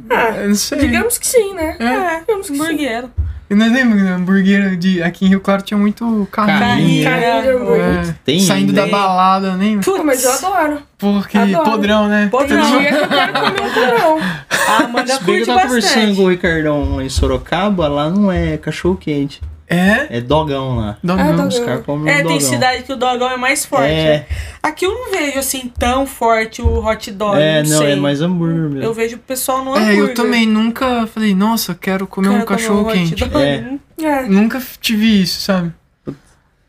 Speaker 4: Ah,
Speaker 1: Eu não sei.
Speaker 4: digamos que sim, né?
Speaker 1: É.
Speaker 4: Digamos que sim.
Speaker 2: Hambúrguer.
Speaker 1: Eu não lembro, né? hambúrguer de... aqui em Rio Claro tinha muito carrinho.
Speaker 3: Carrinho.
Speaker 4: Carrinho de hambúrguer.
Speaker 1: É,
Speaker 3: Tem né?
Speaker 1: saindo
Speaker 3: ainda.
Speaker 1: da balada, nem.
Speaker 4: Ah, mas eu adoro.
Speaker 1: Porque
Speaker 4: Adoro.
Speaker 1: podrão, né?
Speaker 4: Tem
Speaker 2: Podrão.
Speaker 4: dia que eu quero comer um podrão.
Speaker 2: A Amanda
Speaker 3: Se bem que eu
Speaker 2: curte
Speaker 3: tava conversando
Speaker 2: bastante.
Speaker 3: com o Ricardão em Sorocaba, lá não é cachorro quente.
Speaker 1: É?
Speaker 3: É dogão lá.
Speaker 2: Ah,
Speaker 1: Dogão.
Speaker 4: dogão.
Speaker 3: Os caras comem um
Speaker 2: É, tem
Speaker 3: dogão.
Speaker 2: cidade que o dogão é mais forte. né?
Speaker 3: É,
Speaker 2: Aqui eu não vejo assim tão forte o hot dog.
Speaker 3: é, não,
Speaker 2: sei.
Speaker 3: é mais hambúrguer mesmo.
Speaker 2: Eu vejo o pessoal no
Speaker 1: É,
Speaker 2: hambúrguer.
Speaker 1: eu também nunca falei, nossa, quero comer
Speaker 2: Quero
Speaker 1: um cachorro
Speaker 2: hot
Speaker 1: quente.
Speaker 2: dog.
Speaker 3: É.
Speaker 4: É.
Speaker 1: Nunca f- tive isso, sabe?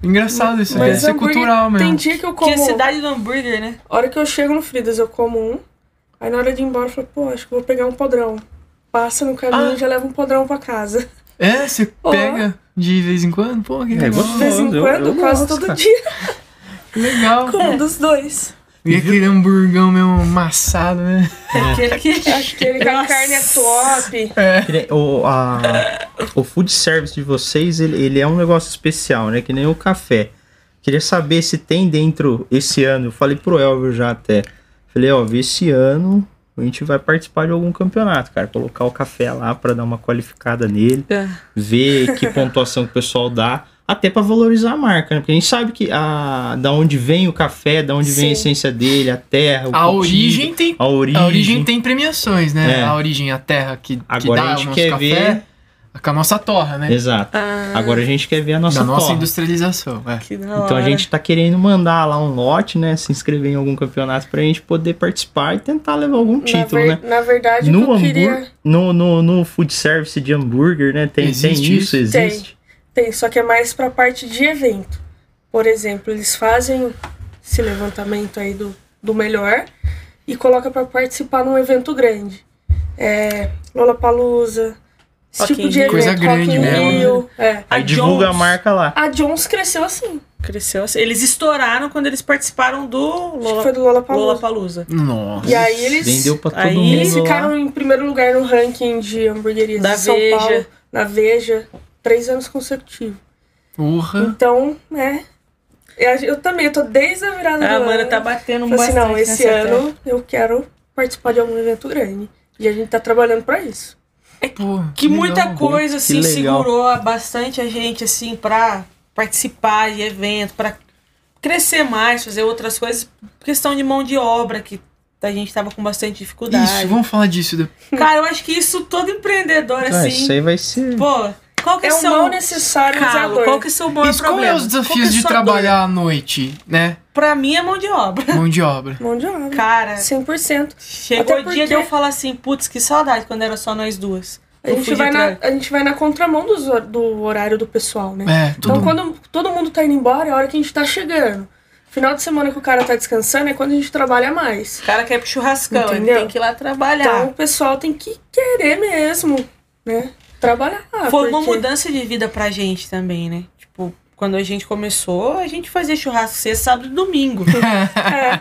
Speaker 1: Engraçado isso, deve
Speaker 4: Mas
Speaker 1: ser
Speaker 4: hambúrguer,
Speaker 1: cultural mesmo.
Speaker 4: tem dia que eu como...
Speaker 2: Tinha é cidade do hambúrguer, né?
Speaker 4: A hora que eu chego no Fridas, eu como um. Aí na hora de ir embora, eu falo, pô, acho que vou pegar um podrão. Passa no caminho
Speaker 1: Ah.
Speaker 4: e já leva um podrão pra casa.
Speaker 1: É, você
Speaker 4: Ó.
Speaker 1: pega de vez em quando? Pô, que
Speaker 3: É,
Speaker 1: legal.
Speaker 4: De vez em
Speaker 3: Eu- eu
Speaker 4: quando, quase
Speaker 3: gosto,
Speaker 4: todo
Speaker 3: cara.
Speaker 4: dia,
Speaker 1: legal.
Speaker 2: É.
Speaker 4: como um dos
Speaker 2: [laughs]
Speaker 4: dois.
Speaker 1: E aquele hamburgão mesmo amassado, né?
Speaker 3: É.
Speaker 2: Aquele que.
Speaker 4: Aquele que a
Speaker 2: Nossa.
Speaker 4: carne é top.
Speaker 3: Que nem- é- O, a- o food service de vocês, ele, ele é um negócio especial, né? Que nem o café. Queria saber se tem dentro esse ano. Eu falei pro Elvio já até. Falei, ó, esse ano a gente vai participar de algum campeonato, cara. Colocar o café lá pra dar uma qualificada nele,
Speaker 2: É.
Speaker 3: ver que pontuação que o pessoal dá, até pra valorizar a marca, né? Porque a gente sabe que a, da onde vem o café, da onde vem a
Speaker 4: Sim.
Speaker 3: essência dele, a terra, É o
Speaker 1: A
Speaker 3: cultivo,
Speaker 1: origem tem.
Speaker 3: a origem.
Speaker 1: A origem tem premiações, né?
Speaker 3: É.
Speaker 1: A origem, a terra que, que
Speaker 3: Agora
Speaker 1: dá
Speaker 3: a
Speaker 1: o
Speaker 3: gente
Speaker 1: nosso
Speaker 3: quer
Speaker 1: café,
Speaker 3: ver.
Speaker 1: a nossa torra, né?
Speaker 3: Exato.
Speaker 4: Ah,
Speaker 3: Agora a gente quer ver a nossa
Speaker 1: da nossa
Speaker 3: torre.
Speaker 1: industrialização. É.
Speaker 2: Que da
Speaker 3: Então a
Speaker 2: hora.
Speaker 3: gente tá querendo mandar lá um lote, né? Se inscrever em algum campeonato pra gente poder participar e tentar levar algum título,
Speaker 4: na, ver-
Speaker 3: né?
Speaker 4: na verdade, o que
Speaker 3: No,
Speaker 4: eu
Speaker 3: hambúrguer,
Speaker 4: queria.
Speaker 3: no, no, no food service de hambúrguer, né? Tem, tem
Speaker 1: Existe
Speaker 3: isso,
Speaker 1: isso?
Speaker 3: existe.
Speaker 4: Tem, só que é mais pra parte de evento. Por exemplo, eles fazem esse levantamento aí do, do melhor e coloca pra participar num evento grande. É, Lollapalooza, esse
Speaker 2: Rock in
Speaker 4: tipo de
Speaker 2: Rio.
Speaker 4: evento.
Speaker 1: Coisa
Speaker 4: Rock
Speaker 1: grande
Speaker 4: in
Speaker 1: mesmo, né?
Speaker 4: Rio, é.
Speaker 3: Aí
Speaker 2: A
Speaker 3: divulga
Speaker 2: Jones
Speaker 3: a marca lá.
Speaker 4: A Jones cresceu assim.
Speaker 2: Cresceu assim. Eles estouraram quando eles participaram do
Speaker 4: Acho que
Speaker 2: Lola,
Speaker 4: foi do Lollapalooza.
Speaker 2: Lollapalooza.
Speaker 1: Nossa.
Speaker 4: E aí eles-
Speaker 3: Vendeu pra todo
Speaker 2: aí
Speaker 3: mundo.
Speaker 4: Eles
Speaker 3: lá.
Speaker 4: ficaram em primeiro lugar no ranking de hamburguerias
Speaker 2: Da
Speaker 4: de São
Speaker 2: Veja.
Speaker 4: Paulo, na Veja, três anos consecutivos.
Speaker 1: Porra.
Speaker 4: Então, né? Eu, eu também, eu tô desde a virada
Speaker 2: A
Speaker 4: do
Speaker 2: Amanda
Speaker 4: ano.
Speaker 2: tá batendo
Speaker 4: Falei assim,
Speaker 2: bastante.
Speaker 4: não, esse
Speaker 2: nessa tecla.
Speaker 4: ano eu quero participar de algum evento grande. E a gente tá trabalhando pra isso.
Speaker 1: Porra,
Speaker 2: Que muita
Speaker 1: legal.
Speaker 2: coisa, assim,
Speaker 3: legal.
Speaker 2: segurou bastante a gente, assim, pra participar de evento, pra crescer mais, fazer outras coisas. Questão de mão de obra, que a gente tava com bastante dificuldade.
Speaker 1: Isso, vamos É, falar disso depois.
Speaker 2: Cara, eu acho que isso todo empreendedor,
Speaker 3: Ah, isso
Speaker 2: assim.
Speaker 3: aí vai ser.
Speaker 2: Pô, qual que
Speaker 4: É
Speaker 2: é
Speaker 4: um
Speaker 2: seu
Speaker 4: mal necessário
Speaker 2: calo?
Speaker 4: usador.
Speaker 2: Qual que é o seu maior
Speaker 1: Isso, qual
Speaker 2: problema?
Speaker 1: é os
Speaker 2: Qual que
Speaker 1: desafios
Speaker 2: é
Speaker 1: de
Speaker 2: sua
Speaker 1: trabalhar à noite, né?
Speaker 2: dor? Pra mim é mão de obra.
Speaker 1: Mão de obra.
Speaker 4: Mão de obra.
Speaker 2: Cara,
Speaker 4: 100%.
Speaker 2: chegou
Speaker 4: Até
Speaker 2: o dia
Speaker 4: porque-
Speaker 2: de eu falar assim, putz, que saudade quando era só nós duas.
Speaker 4: A
Speaker 2: Eu
Speaker 4: gente,
Speaker 2: fui de
Speaker 4: vai na,
Speaker 2: atrás.
Speaker 4: a gente vai na contramão dos hor- do horário do pessoal, né?
Speaker 1: É, tudo.
Speaker 4: Então, quando todo mundo tá indo embora, é a hora que a gente tá chegando. Final de semana que o cara tá descansando é quando a gente trabalha mais.
Speaker 2: O cara quer ir pro churrascão, ele
Speaker 4: Entendeu?
Speaker 2: tem que ir lá trabalhar.
Speaker 4: Então, o pessoal tem que querer mesmo, né? Trabalhar.
Speaker 1: Ah,
Speaker 2: Foi uma
Speaker 4: porque-
Speaker 2: mudança de vida pra gente também, né? Tipo, quando a gente começou, a gente fazia churrasco sexta, sábado
Speaker 1: [laughs]
Speaker 2: e domingo.
Speaker 4: É,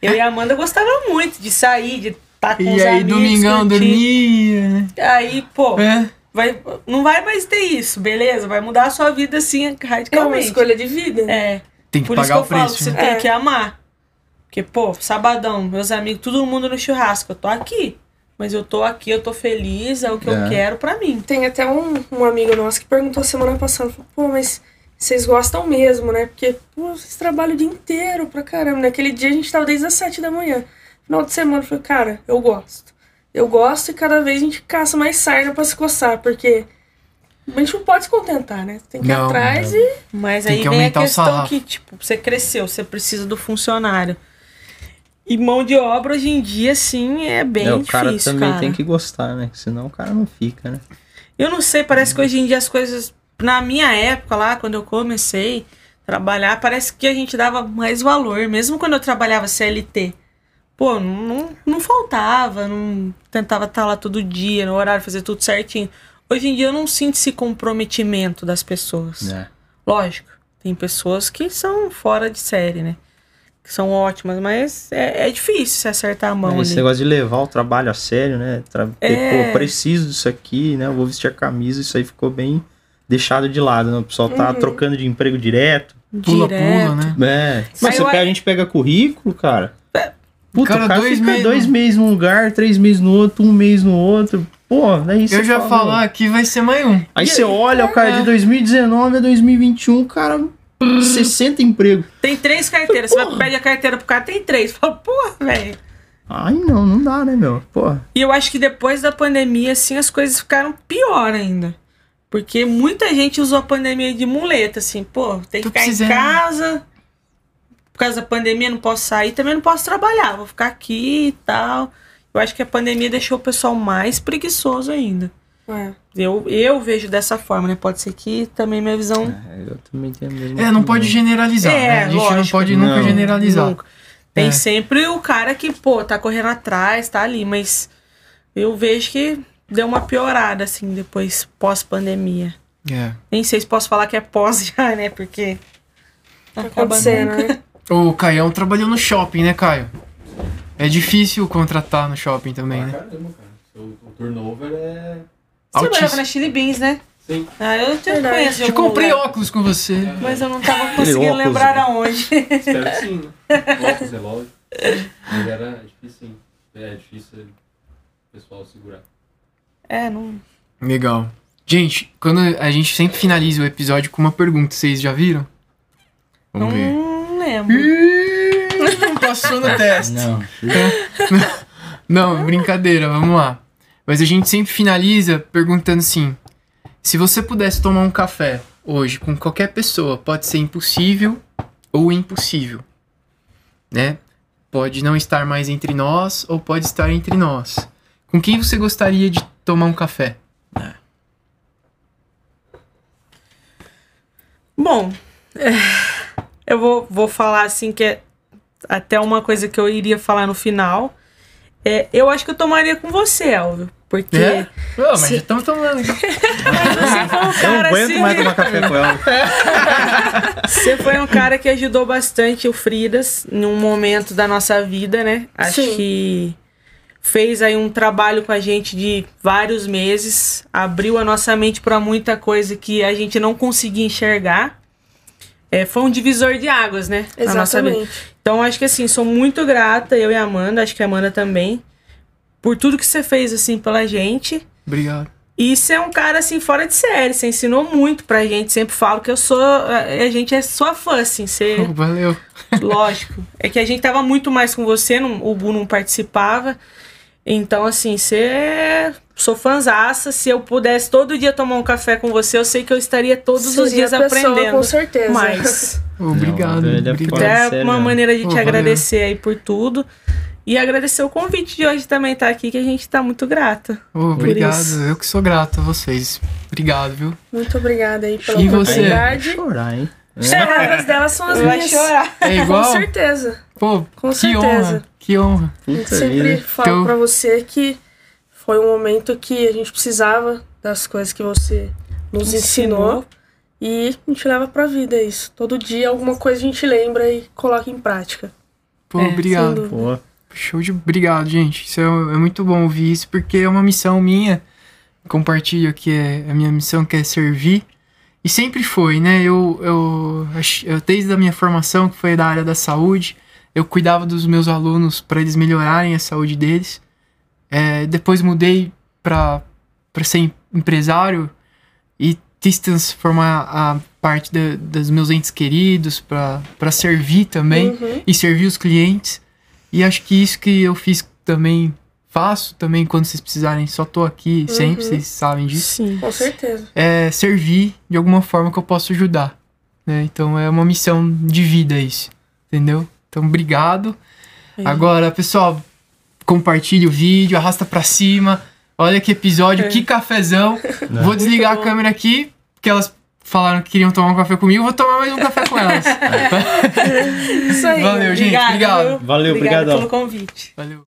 Speaker 2: Eu e a Amanda gostava muito de sair, de estar tá com os
Speaker 1: e aí,
Speaker 2: amigos.
Speaker 1: domingão,
Speaker 2: curtir.
Speaker 1: dormia, né?
Speaker 2: Aí, pô,
Speaker 1: É.
Speaker 2: vai, não vai mais ter isso, beleza? Vai mudar a sua vida, assim,
Speaker 4: é uma
Speaker 2: radicalmente.
Speaker 4: escolha de vida. né?
Speaker 2: É,
Speaker 1: Tem que
Speaker 2: por isso que
Speaker 1: pagar
Speaker 2: eu
Speaker 1: o
Speaker 2: falo
Speaker 1: preço.
Speaker 2: que você tá
Speaker 1: né?
Speaker 2: tem
Speaker 4: É.
Speaker 2: que amar. Porque, pô, sabadão, meus amigos, todo mundo no churrasco, eu tô aqui. Mas eu tô aqui, eu tô feliz, é o que
Speaker 3: É.
Speaker 2: eu quero pra mim.
Speaker 4: Tem até um, um amigo nosso que perguntou semana passada, falou, pô, mas vocês gostam mesmo, né? Porque, pô, vocês trabalham o dia inteiro pra caramba. Naquele dia a gente tava desde as sete da manhã. Final de semana, eu falei, cara, eu gosto. Eu gosto e cada vez a gente caça mais sarna pra se coçar, porque a gente não pode se contentar, né? Tem que ir
Speaker 1: Não,
Speaker 4: atrás
Speaker 1: não.
Speaker 4: e.
Speaker 2: Mas
Speaker 1: Tem
Speaker 2: aí
Speaker 1: que
Speaker 2: vem a
Speaker 1: aumentar o
Speaker 2: questão
Speaker 1: sarrafo.
Speaker 2: que, tipo, você cresceu, você precisa do funcionário. E mão de obra hoje em dia, sim, é bem
Speaker 3: É, o
Speaker 2: difícil,
Speaker 3: cara também
Speaker 2: cara.
Speaker 3: tem que gostar, né? Senão o cara não fica, né?
Speaker 2: Eu não sei, parece que hoje em dia as coisas. Na minha época lá, quando eu comecei a trabalhar, parece que a gente dava mais valor, mesmo quando eu trabalhava CLT. Pô, não, não, não faltava, não tentava estar lá todo dia, no horário, fazer tudo certinho. Hoje em dia eu não sinto esse comprometimento das pessoas.
Speaker 1: É.
Speaker 2: Lógico, tem pessoas que são fora de série, né? Que são ótimas, mas é, é difícil se acertar a mão
Speaker 3: Esse
Speaker 2: ali.
Speaker 3: negócio de levar o trabalho a sério, né? Tra ter,
Speaker 2: É.
Speaker 3: Pô, preciso disso aqui, né? Eu vou vestir a camisa, isso aí ficou bem deixado de lado, né? O pessoal tá trocando de emprego direto.
Speaker 1: Pula,
Speaker 2: Direto.
Speaker 1: pula, né?
Speaker 3: É. Mas
Speaker 2: Mas
Speaker 3: você
Speaker 2: eu-
Speaker 3: pega- a gente pega currículo, cara. Puta,
Speaker 1: Cara,
Speaker 3: o cara
Speaker 1: dois
Speaker 3: fica
Speaker 1: meses-
Speaker 3: dois meses num lugar, três meses no outro, um mês no outro. Pô, é isso.
Speaker 1: Eu já falar aqui vai ser mais um.
Speaker 3: Aí você olha, o cara de 2019 a 2021, o um, cara, 60 empregos.
Speaker 2: Tem três carteiras. Você vai pede a carteira pro cara, tem três. Fala, porra, velho.
Speaker 3: Ai, não, não dá, né, meu? Pô,
Speaker 2: E eu acho que depois da pandemia, assim, as coisas ficaram pior ainda. Porque muita gente usou a pandemia de muleta, assim, pô, tem que
Speaker 1: Tô
Speaker 2: ficar
Speaker 1: precisando.
Speaker 2: em casa. Por causa da pandemia, não posso sair, também não posso trabalhar, vou ficar aqui e tal. Eu acho que a pandemia deixou o pessoal mais preguiçoso ainda.
Speaker 4: É.
Speaker 2: Eu, eu vejo dessa forma, né? Pode ser que também minha visão
Speaker 3: É, eu também tenho a mesma
Speaker 1: É, não
Speaker 3: opinião.
Speaker 1: pode generalizar,
Speaker 2: É,
Speaker 1: né? A gente não
Speaker 2: lógico.
Speaker 1: pode nunca
Speaker 3: Não.
Speaker 1: generalizar.
Speaker 2: Nunca. Tem
Speaker 1: É.
Speaker 2: sempre o cara que, pô, tá correndo atrás, tá ali, mas eu vejo que deu uma piorada, assim, depois, pós-pandemia.
Speaker 1: É.
Speaker 2: Nem sei se posso falar que é pós [laughs] já, né? Porque.
Speaker 4: Tá
Speaker 2: acaba
Speaker 4: acontecendo,
Speaker 2: [laughs]
Speaker 4: né?
Speaker 1: O Caião trabalhou no shopping, né, Caio? É difícil contratar no shopping também,
Speaker 5: Ah,
Speaker 1: né?
Speaker 5: caramba, cara. Seu, o turnover é.
Speaker 2: Você trabalhava
Speaker 1: Altíssimo.
Speaker 2: na Chili Beans, né?
Speaker 5: Sim.
Speaker 2: Ah, eu né? te
Speaker 4: Verdade.
Speaker 2: conheço. de
Speaker 1: Te
Speaker 2: algum
Speaker 1: comprei
Speaker 2: lugar,
Speaker 1: óculos com você.
Speaker 2: Mas eu não tava conseguindo
Speaker 3: óculos,
Speaker 2: lembrar
Speaker 3: né?
Speaker 2: aonde.
Speaker 5: Espero que sim, né? Óculos é lógico. Mas era difícil, sim. É difícil o pessoal segurar.
Speaker 2: É, não.
Speaker 1: Legal. Gente, quando a gente sempre finaliza o episódio com uma pergunta, vocês já viram?
Speaker 2: Não
Speaker 1: Vamos ver.
Speaker 2: lembro.
Speaker 1: Ih, Passou no teste.
Speaker 3: Não.
Speaker 1: Não, brincadeira, vamos lá. Mas a gente sempre finaliza perguntando assim: se você pudesse tomar um café hoje com qualquer pessoa, pode ser impossível ou impossível, né? Pode não estar mais entre nós ou pode estar entre nós. Com quem você gostaria de tomar um café?
Speaker 2: Bom, é, eu vou, vou falar assim que é até uma coisa que eu iria falar no final. É, eu acho que eu tomaria com você, Elvio. Porque
Speaker 1: É? Ô, mas
Speaker 2: Se-
Speaker 1: já estamos tomando.
Speaker 2: mas você foi um
Speaker 3: [laughs] Eu não
Speaker 2: cara
Speaker 3: aguento
Speaker 2: assim,
Speaker 3: mais tomar café com ela.
Speaker 2: Você foi um cara que ajudou bastante o Fridas num momento da nossa vida, né? Acho
Speaker 4: Sim.
Speaker 2: que fez aí um trabalho com a gente de vários meses, abriu a nossa mente para muita coisa que a gente não conseguia enxergar. É, foi um divisor de águas, né? Na nossa vida.
Speaker 4: Exatamente.
Speaker 2: Então, acho que assim, sou muito grata, eu e a Amanda, acho que a Amanda também, por tudo que você fez, assim, pela gente.
Speaker 1: Obrigado.
Speaker 2: E você é um cara, assim, fora de série, você ensinou muito pra gente, sempre falo que eu sou, a a gente é sua fã, assim,
Speaker 4: [laughs]
Speaker 2: você,
Speaker 1: Ô, valeu.
Speaker 2: lógico. É que a gente tava muito mais com você, não- o Bu não participava, então, assim, você é... Sou fãzaça, se eu pudesse todo dia tomar um café com você, eu sei que eu estaria todos os
Speaker 4: Seria
Speaker 2: dias
Speaker 4: a pessoa, Com
Speaker 2: aprendendo
Speaker 4: certeza.
Speaker 2: mais.
Speaker 1: Obrigado.
Speaker 3: ele é
Speaker 1: obrigado.
Speaker 3: foda.
Speaker 2: Até
Speaker 3: sério
Speaker 2: uma
Speaker 3: mesmo.
Speaker 2: maneira de
Speaker 1: Pô,
Speaker 2: te
Speaker 1: valeu.
Speaker 2: agradecer aí por tudo. E agradecer o convite de hoje também estar aqui, que a gente tá muito grata.
Speaker 1: Ô, obrigado.
Speaker 2: isso.
Speaker 1: Eu que sou grato a vocês. Obrigado, viu?
Speaker 4: [laughs] Muito obrigada aí pela
Speaker 1: E você? Né?
Speaker 4: oportunidade.
Speaker 3: Chorar, hein?
Speaker 4: As palavras dela são as minhas.
Speaker 1: É
Speaker 4: [laughs] Com
Speaker 1: igual?
Speaker 4: certeza.
Speaker 1: Pô,
Speaker 4: Com
Speaker 1: que honra.
Speaker 4: certeza.
Speaker 1: Que honra.
Speaker 4: A
Speaker 3: Puta
Speaker 4: gente sempre
Speaker 3: vida.
Speaker 4: fala
Speaker 1: Então-
Speaker 4: pra você que foi um momento que a gente precisava das coisas que você nos ensinou. E a gente leva pra vida isso. Todo dia alguma coisa a gente lembra e coloca em prática.
Speaker 1: Pô,
Speaker 2: É,
Speaker 4: sem
Speaker 1: obrigado.
Speaker 4: dúvida.
Speaker 3: Pô,
Speaker 1: Show de. Obrigado, gente. Isso é, é muito bom ouvir isso, porque é uma missão minha. Compartilho que é a minha missão, que é servir. E sempre foi, né? Eu, eu, ach- eu desde a minha formação, que foi da área da saúde, eu cuidava dos meus alunos para eles melhorarem a saúde deles. É, depois mudei para ser em- empresário e quis transformar a parte da- dos meus entes queridos para servir também
Speaker 4: Uhum.
Speaker 1: e servir os clientes. E acho que isso que eu fiz também, faço também quando vocês precisarem, só tô aqui sempre,
Speaker 4: Uhum.
Speaker 1: vocês sabem disso.
Speaker 2: Sim.
Speaker 4: Com certeza.
Speaker 1: É servir de alguma forma que eu posso ajudar. Né? Então é uma missão de vida isso, entendeu? Então obrigado.
Speaker 2: É.
Speaker 1: Agora, pessoal, compartilha o vídeo, arrasta pra cima. Olha que episódio,
Speaker 2: É.
Speaker 1: que cafezão.
Speaker 3: Né?
Speaker 1: Vou desligar a
Speaker 4: bom.
Speaker 1: câmera aqui, porque elas falaram que queriam tomar um café comigo, vou tomar mais um café com elas.
Speaker 4: Isso aí.
Speaker 1: Valeu, gente.
Speaker 2: Obrigada,
Speaker 1: Obrigado.
Speaker 2: viu? Obrigada
Speaker 3: Valeu, obrigadão.
Speaker 2: pelo convite.
Speaker 1: Valeu.